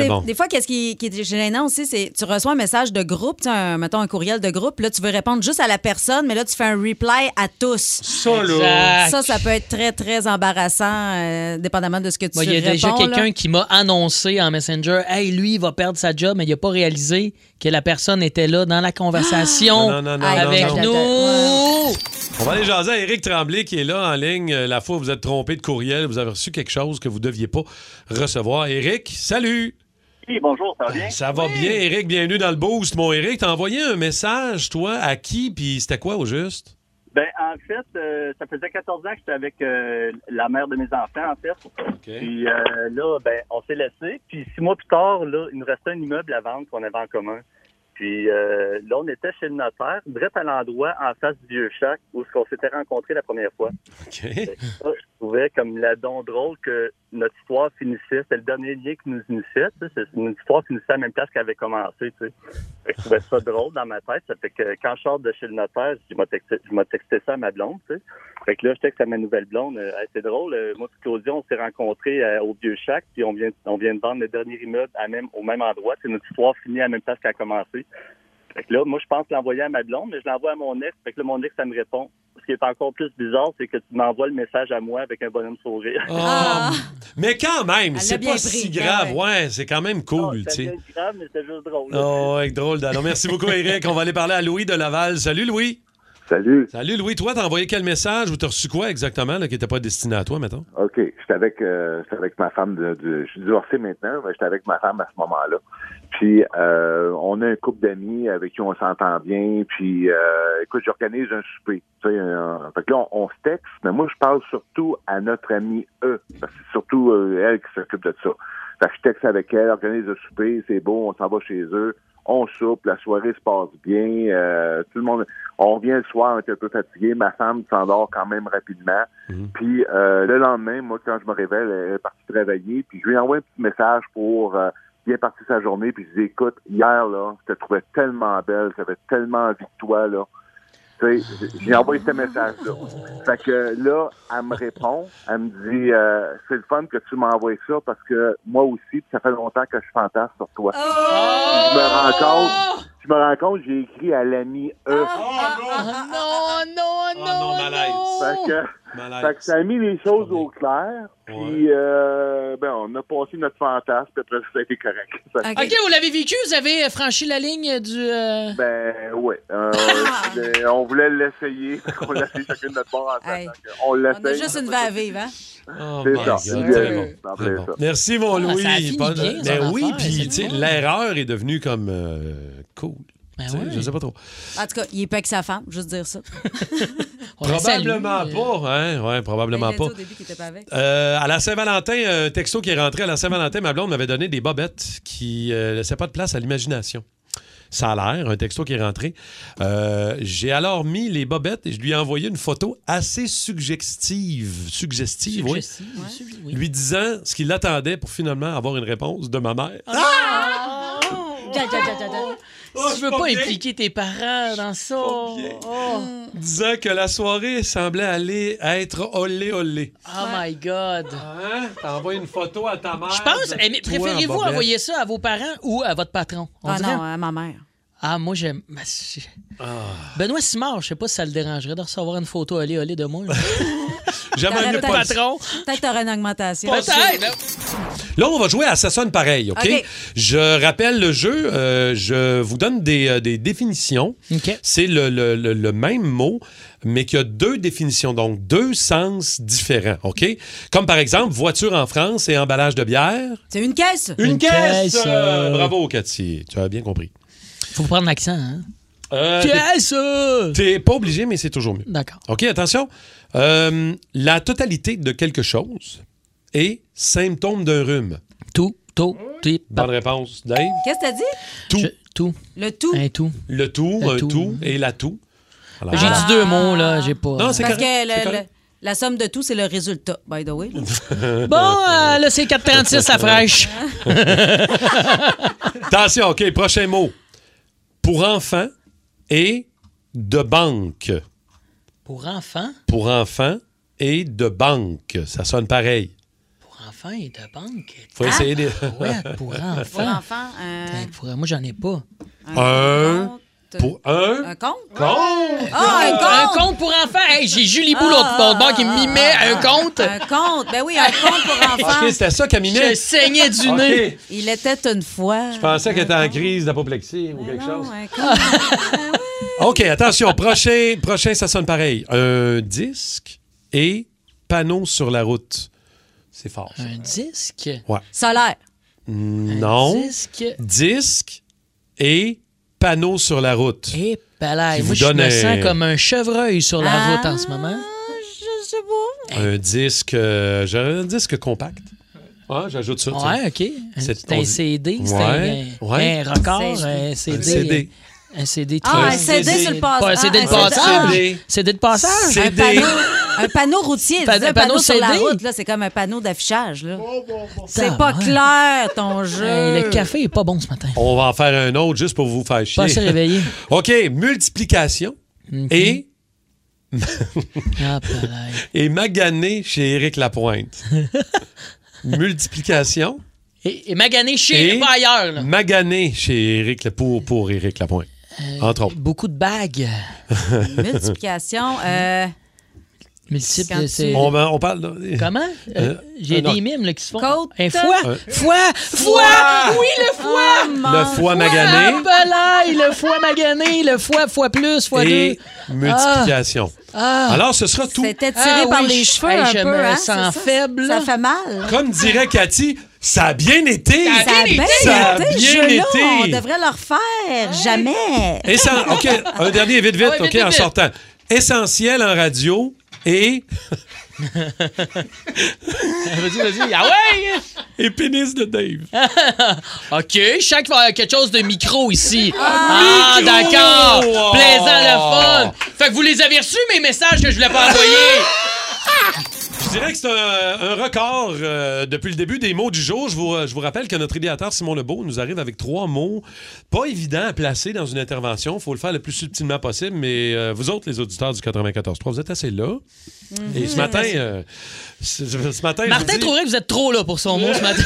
C'est-
bon.
Des fois, qu'est-ce qui, qui est gênant aussi, c'est tu reçois un message de groupe, tu sais, un, mettons un courriel de groupe, là, tu veux répondre juste à la personne, mais là, tu fais un reply à tous. Ça,
là. Exact.
Ça, ça peut être très, très embarrassant, euh, dépendamment de ce que tu
Moi, Il y a déjà
réponds,
quelqu'un
là.
qui m'a annoncé en Messenger Hey, lui, il va perdre sa job, mais il n'a pas réalisé que la personne était là dans la conversation
Non, non, non, non,
avec
non, non.
nous.
On va aller jaser à Éric Tremblay qui est là en ligne. Euh, La fois où vous êtes trompé de courriel, vous avez reçu quelque chose que vous ne deviez pas recevoir. Éric, salut!
Oui, bonjour, ça va bien?
Ça va bien, Éric. Bienvenue dans le boost. Mon Éric, t'as envoyé un message, toi, à qui? Puis c'était quoi au juste?
Ben, en fait, euh, ça faisait 14 ans que j'étais avec euh, la mère de mes enfants, en fait. Puis euh, là, ben, on s'est laissé. Puis six mois plus tard, là, il nous restait un immeuble à vendre qu'on avait en commun. Puis euh, là, on était chez le notaire, direct à l'endroit en face du vieux chac où on s'était rencontrés la première fois. Fait que ça, je trouvais comme la don drôle que notre histoire finissait. C'était le dernier lien qui nous unissait. tu sais. C'est- Notre histoire finissait à la même place qu'elle avait commencé. tu sais. Fait que je trouvais ça drôle dans ma tête. Ça fait que quand je sors de chez le notaire, je m'ai texté, je m'ai texté ça à ma blonde. tu sais. Fait que là, je texte à ma nouvelle blonde. euh, Hey, c'est drôle, euh, moi et Claudia, on s'est rencontrés euh, au vieux chac, puis on vient, on vient de vendre le dernier immeuble à même, au même endroit. C'est notre histoire finit à la même place qu'elle a commencé. Fait que là, moi, je pense l'envoyer à ma blonde, mais je l'envoie à mon ex. Fait que là, mon ex, ça me répond. Ce qui est encore plus bizarre, c'est que tu m'envoies le message à moi avec un bonhomme sourire.
Mais quand même,
Elle
c'est
l'a bien
pas si
pris,
grave.
quand
Ouais, c'est quand même cool, tu
C'est
sais.
grave, mais c'est juste drôle.
Oh, ouais, drôle d'annonce. Merci beaucoup, Eric. On va aller parler à Louis de Laval. Salut, Louis.
Salut.
Salut, Louis. Toi, t'as envoyé quel message ou t'as reçu quoi exactement là, qui n'était pas destiné à toi, mettons?
OK. J'étais avec, euh, j'étais avec ma femme. De, de- je suis divorcé maintenant, mais j'étais avec ma femme à ce moment-là. Puis, euh, on a un couple d'amis avec qui on s'entend bien. Puis, euh, écoute, j'organise un souper. Tu sais, un- fait que là, on, on se texte, mais moi, je parle surtout à notre amie E. Parce que c'est surtout euh, elle qui s'occupe de ça. Fait que je texte avec elle, organise le souper, c'est beau, on s'en va chez eux. On soupe, la soirée se passe bien, euh, tout le monde. On revient le soir, on est un peu fatigué. Ma femme s'endort quand même rapidement. Puis euh, le lendemain, moi, quand je me réveille, elle est partie travailler. Puis je lui envoie un petit message pour euh, bien partir sa journée. Puis je lui dis, écoute, hier, là, je te trouvais tellement belle, j'avais tellement envie de toi, là. Tu sais, j- j'ai envoyé ce message-là. Fait que là, elle me répond, elle me dit, euh, c'est le fun que tu m'envoies ça parce que moi aussi, ça fait longtemps que je fantasme sur toi. Puis Je me rends compte, je me rends compte, j'ai écrit à l'ami E.
non,
Oh,
non, non,
Fait que, fait que ça a mis les choses au clair. Puis, euh, ben, on a passé notre fantasme, puis après, ça a été correct. Fait que-
OK, vous l'avez vécu, vous avez euh, franchi la ligne du... euh,
Ben, ouais. euh, je voulais- on voulait l'essayer. On l'a fait chacun de notre bord en
Hey.
fait. On l'essaye.
On a juste une vie à vivre, hein?
C'est
Oh my
ça.
God,
Bien,
c'est bon,
dans
c'est
plein
bon.
ça.
Merci, mon
Ah, ça
Louis.
a fini
Bonne-
bien, son
Ben oui,
affaire, c'est
puis tu sais,
le fun.
l'erreur est devenue comme euh, cool.
Ben
Tu sais, Je sais pas trop.
En tout cas, il est pas avec sa femme, juste dire ça.
Probablement
euh,
euh,
pas, hein? Ouais, probablement
Il a dit
pas.
au début qu'il était pas avec.
Euh, à la Saint-Valentin, un texto qui est rentré à la Saint-Valentin, ma blonde m'avait donné des bobettes qui euh, laissaient pas de place à l'imagination. Ça a l'air, un texto qui est rentré. Euh, J'ai alors mis les bobettes et je lui ai envoyé une photo assez suggestive, suggestive, oui. lui disant ce qu'il attendait pour finalement avoir une réponse de ma mère.
Ah. Ja, ja, ja, ja, ja.
Oh,
Si tu
je suis
veux
pas
pas
bien.
impliquer tes parents dans ça. Oh,
disant que la soirée semblait aller être olé olé.
oh my God.
Ah, T'as envoyé une photo à ta mère.
Je pense, eh, mais
Toi,
préférez-vous
Bobette.
envoyer ça à vos parents ou à votre patron? On
Ah
dirait-
non, à ma mère.
Ah, moi, j'aime. ma- c'est-
Ah.
Benoît Simard, je sais pas si ça le dérangerait de recevoir une photo olé olé de moi. là.
Jamais
T'aurais
mieux
peut-être-
pas
patron.
Peut-être que t'aurais une augmentation.
Peut-être.
Là, on va jouer à ça sonne pareil, OK?
OK.
Je rappelle le jeu. euh, je vous donne des, euh, des définitions. C'est le, le- le- le même mot, mais qui a deux définitions, donc deux sens différents, OK? Comme par exemple, voiture en France et emballage de bière.
C'est une caisse.
Une, caisse!
caisse,
euh,
euh.
Bravo, Cathy. Tu as bien compris.
Faut prendre l'accent, hein?
Euh,
Caisse!
t'es- T'es pas obligé, mais c'est toujours mieux.
D'accord.
OK, attention. Euh, la totalité de quelque chose est symptôme d'un rhume.
Tout, tout, tout.
Bonne réponse, Dave.
Qu'est-ce que t'as dit?
Tout.
tout.
Le tout.
Un tout.
Le tout,
Le
un
tout.
tout, et la tout. Alors,
J'ai
voilà.
dit deux mots, là, j'ai pas.
Non, c'est
Parce
correct,
que
c'est
le- le-
correct.
la somme de tout, c'est le résultat, by the way. là.
Bon, euh, là, c'est 4,36 à fraîche.
Attention, OK, prochain mot. Pour enfants et de banque.
Pour enfants,
Pour enfants et de banque. Ça sonne pareil.
pour enfants et de banque.
Faut essayer des-
Ah! Ouais, pour enfants.
Pour enfants, euh, un-
Putain, pour- Moi, j'en ai pas.
Un. Pour un.
Un compte?
Compte!
Ah, un compte! Ah,
Un compte pour enfants. Hey, j'ai Julie Boulot de mon bord qui mimait un compte.
Un compte, ben oui, un compte pour enfants.
OK, c'était ça, Camille.
Ah. Je saignais du
Ok.
nez.
Il était une fois.
Je pensais qu'elle était en crise d'apoplexie ou
Ah
quelque chose.
Un compte.
OK, attention. Prochain, prochain, ça sonne pareil. Un disque et panneau sur la route. C'est fort. ça.
Un disque.
Ouais.
Solaire.
Non.
disque.
Disque et panneau sur la route.
Et palais.
Qui
Ben, Moi,
vous
je
donne
me
un-
sens comme un chevreuil sur la
Ah!
route en ce moment.
Je sais pas.
Un disque, euh, j'aurais un disque compact. Ouais, j'ajoute ça.
Ouais, OK. C'est un CD, c'est un, un record, un CD.
Un CD.
Un CD
Ah,
très-
un CD sur le passage. Ah,
Pas un CD de passage. CD de passage.
Un panneau, un panneau routier.
Pan-
tu sais, un
panneau
panneau sur la
CD.
route, là, c'est comme un panneau d'affichage. là. C'est
Ah,
pas
ouais.
clair, ton jeu.
Hey, le café est pas bon ce matin.
On va en faire un autre juste pour vous faire chier.
Pas assez réveillé.
OK, multiplication et. et magané chez Éric Lapointe. multiplication.
Et, et magané chez
et
pas ailleurs. là.
Magané chez Éric La- pour, pour Éric Lapointe. Entre autres.
Euh, Beaucoup de bagues.
Multiplication. euh,
Multiple,
Quand
c'est-
tu-
On, on parle. de-
Comment? Euh, J'ai
non.
des mimes là, qui se font.
Côte.
Un foie.
Euh.
Foie. Foie. Oui, le
Oh,
foie.
Le foie magané
Appelaille, le foie magané, le foie, foie plus, foie
et
deux.
multiplication.
Ah.
Alors, ce sera tout.
C'était tiré
Ah oui,
par les
je-
cheveux
hey,
un
je
peu,
me
hein,
sens
c'est ça?
faible, là.
Ça fait mal.
Comme dirait Cathy, ça a bien été.
Ça a bien
Ça a
été,
bien
ce jeu-là,
été.
On devrait le refaire. Jamais.
Et ça, OK, un dernier vite, vite,
Ah ouais,
OK,
vite, vite,
en
vite.
sortant. Essentiel en radio et.
Vas-y, vas-y. Ah ouais!
et pénis de Dave.
OK, je sens qu'il va y avoir quelque chose de micro ici.
Ah,
Ah,
micro!
d'accord.
Oh!
Plaisant le fun. Fait que vous les avez reçus, mes messages que je voulais pas
Ah!
envoyer.
Je dirais que c'est un, un record euh, depuis le début des mots du jour. Je vous, euh, je vous rappelle que notre idéateur Simon Lebeau nous arrive avec trois mots pas évidents à placer dans une intervention. Il faut le faire le plus subtilement possible, mais euh, vous autres, les auditeurs du 94.3, vous êtes assez là.
Mhm.
Et ce matin, euh, ce, ce matin, je vous
Martin
dis-
trouverait que vous êtes trop là pour son mot ce matin.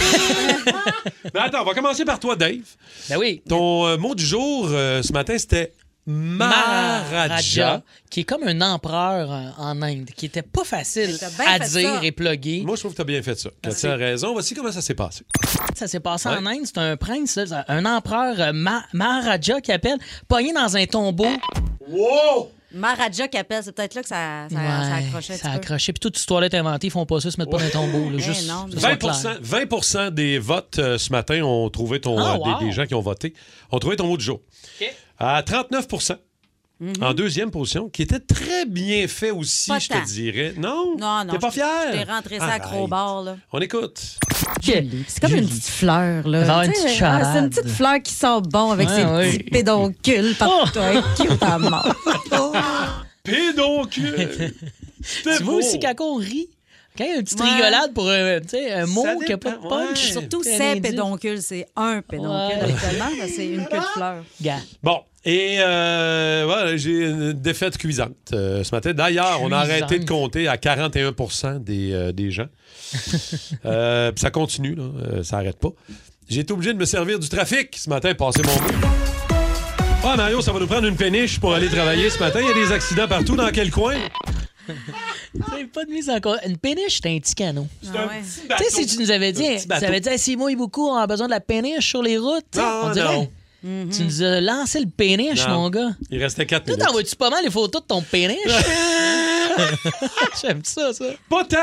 Mais Ben, attends, on va commencer par toi, Dave.
Ben oui.
Ton euh, mot du jour euh, ce matin, c'était Maharaja.
qui est comme un empereur euh, en Inde, qui était pas facile
t'as bien
à
fait
dire
ça.
et plugger.
Moi, je trouve que tu as bien fait ça. Tu as raison. Voici comment ça s'est passé.
Ça s'est passé
Ouais.
en Inde. C'est un prince, là, un empereur euh, Ma- Maharaja qui appelle, pogné dans un tombeau.
Wow!
Maharaja qui appelle, c'est peut-être là que ça, ça, ça
Ouais,
accrochait un
ça a
petit peu.
accroché. Puis toute histoire là est inventée. Ils font pas ça, ils se mettent pas dans un tombeau. là,
Eh
juste,
non,
que ce soit
20,
clair.
20 des votes euh, ce matin ont trouvé ton
Ah,
euh, des-
wow.
des, gens qui ont voté ont trouvé ton mot du jour. À 39 En deuxième position, qui était très bien fait aussi,
Mm-hmm. Pas
je
tant.
te dirais. Non,
Non, non.
t'es pas
je- Je t'ai
fier.
rentré ça à
Arrête.
gros bord, là.
On écoute.
C'est comme une petite fleur,
Elle va
là.
avoir une
Tu sais,
petite
ah, C'est
charade.
une petite fleur qui sent bon avec
Ouais,
ses
ouais. Oh!
petits pédoncules partout. Hein, cute à mort.
Pédoncule.
Tu vois aussi quand on rit, quand il y a une petite
Ouais.
rigolade pour euh, tu sais, un mot qui n'a pas de
dépend, ouais.
punch.
Surtout,
C'est un
c'est
indice.
pédoncule, c'est un pédoncule
Ouais.
actuellement, parce que c'est une queue de fleur.
Gars.
Bon, et euh, voilà, j'ai une défaite cuisante euh, ce matin. D'ailleurs, on a
Cuisante.
arrêté de compter à 41 des, euh, des gens. Euh, puis ça continue, là, euh, ça n'arrête pas. J'ai été obligé de me servir du trafic ce matin, passer mon mot. Ah, Mario, ça va nous prendre une péniche pour aller travailler ce matin. Il y a des accidents partout. Dans quel coin?
C'est pas de mise en cause. Une péniche, c'est un petit canot.
Ah
C'est un petit
Tu sais, si tu nous avais dit,
Un petit
tu
bateau.
avais dit, Hey, si moi et beaucoup, on a besoin de la péniche sur les routes. tu sais,
Non,
on dirait,
non.
Tu nous as lancé le péniche,
Non.
mon gars.
Il restait 4
Toi,
minutes.
t'envoies-tu pas mal les photos de ton péniche? J'aime ça, ça.
Pas tant!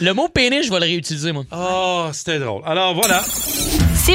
Le mot péniche, je vais le réutiliser, moi.
Oh, c'était drôle. Alors voilà.
Si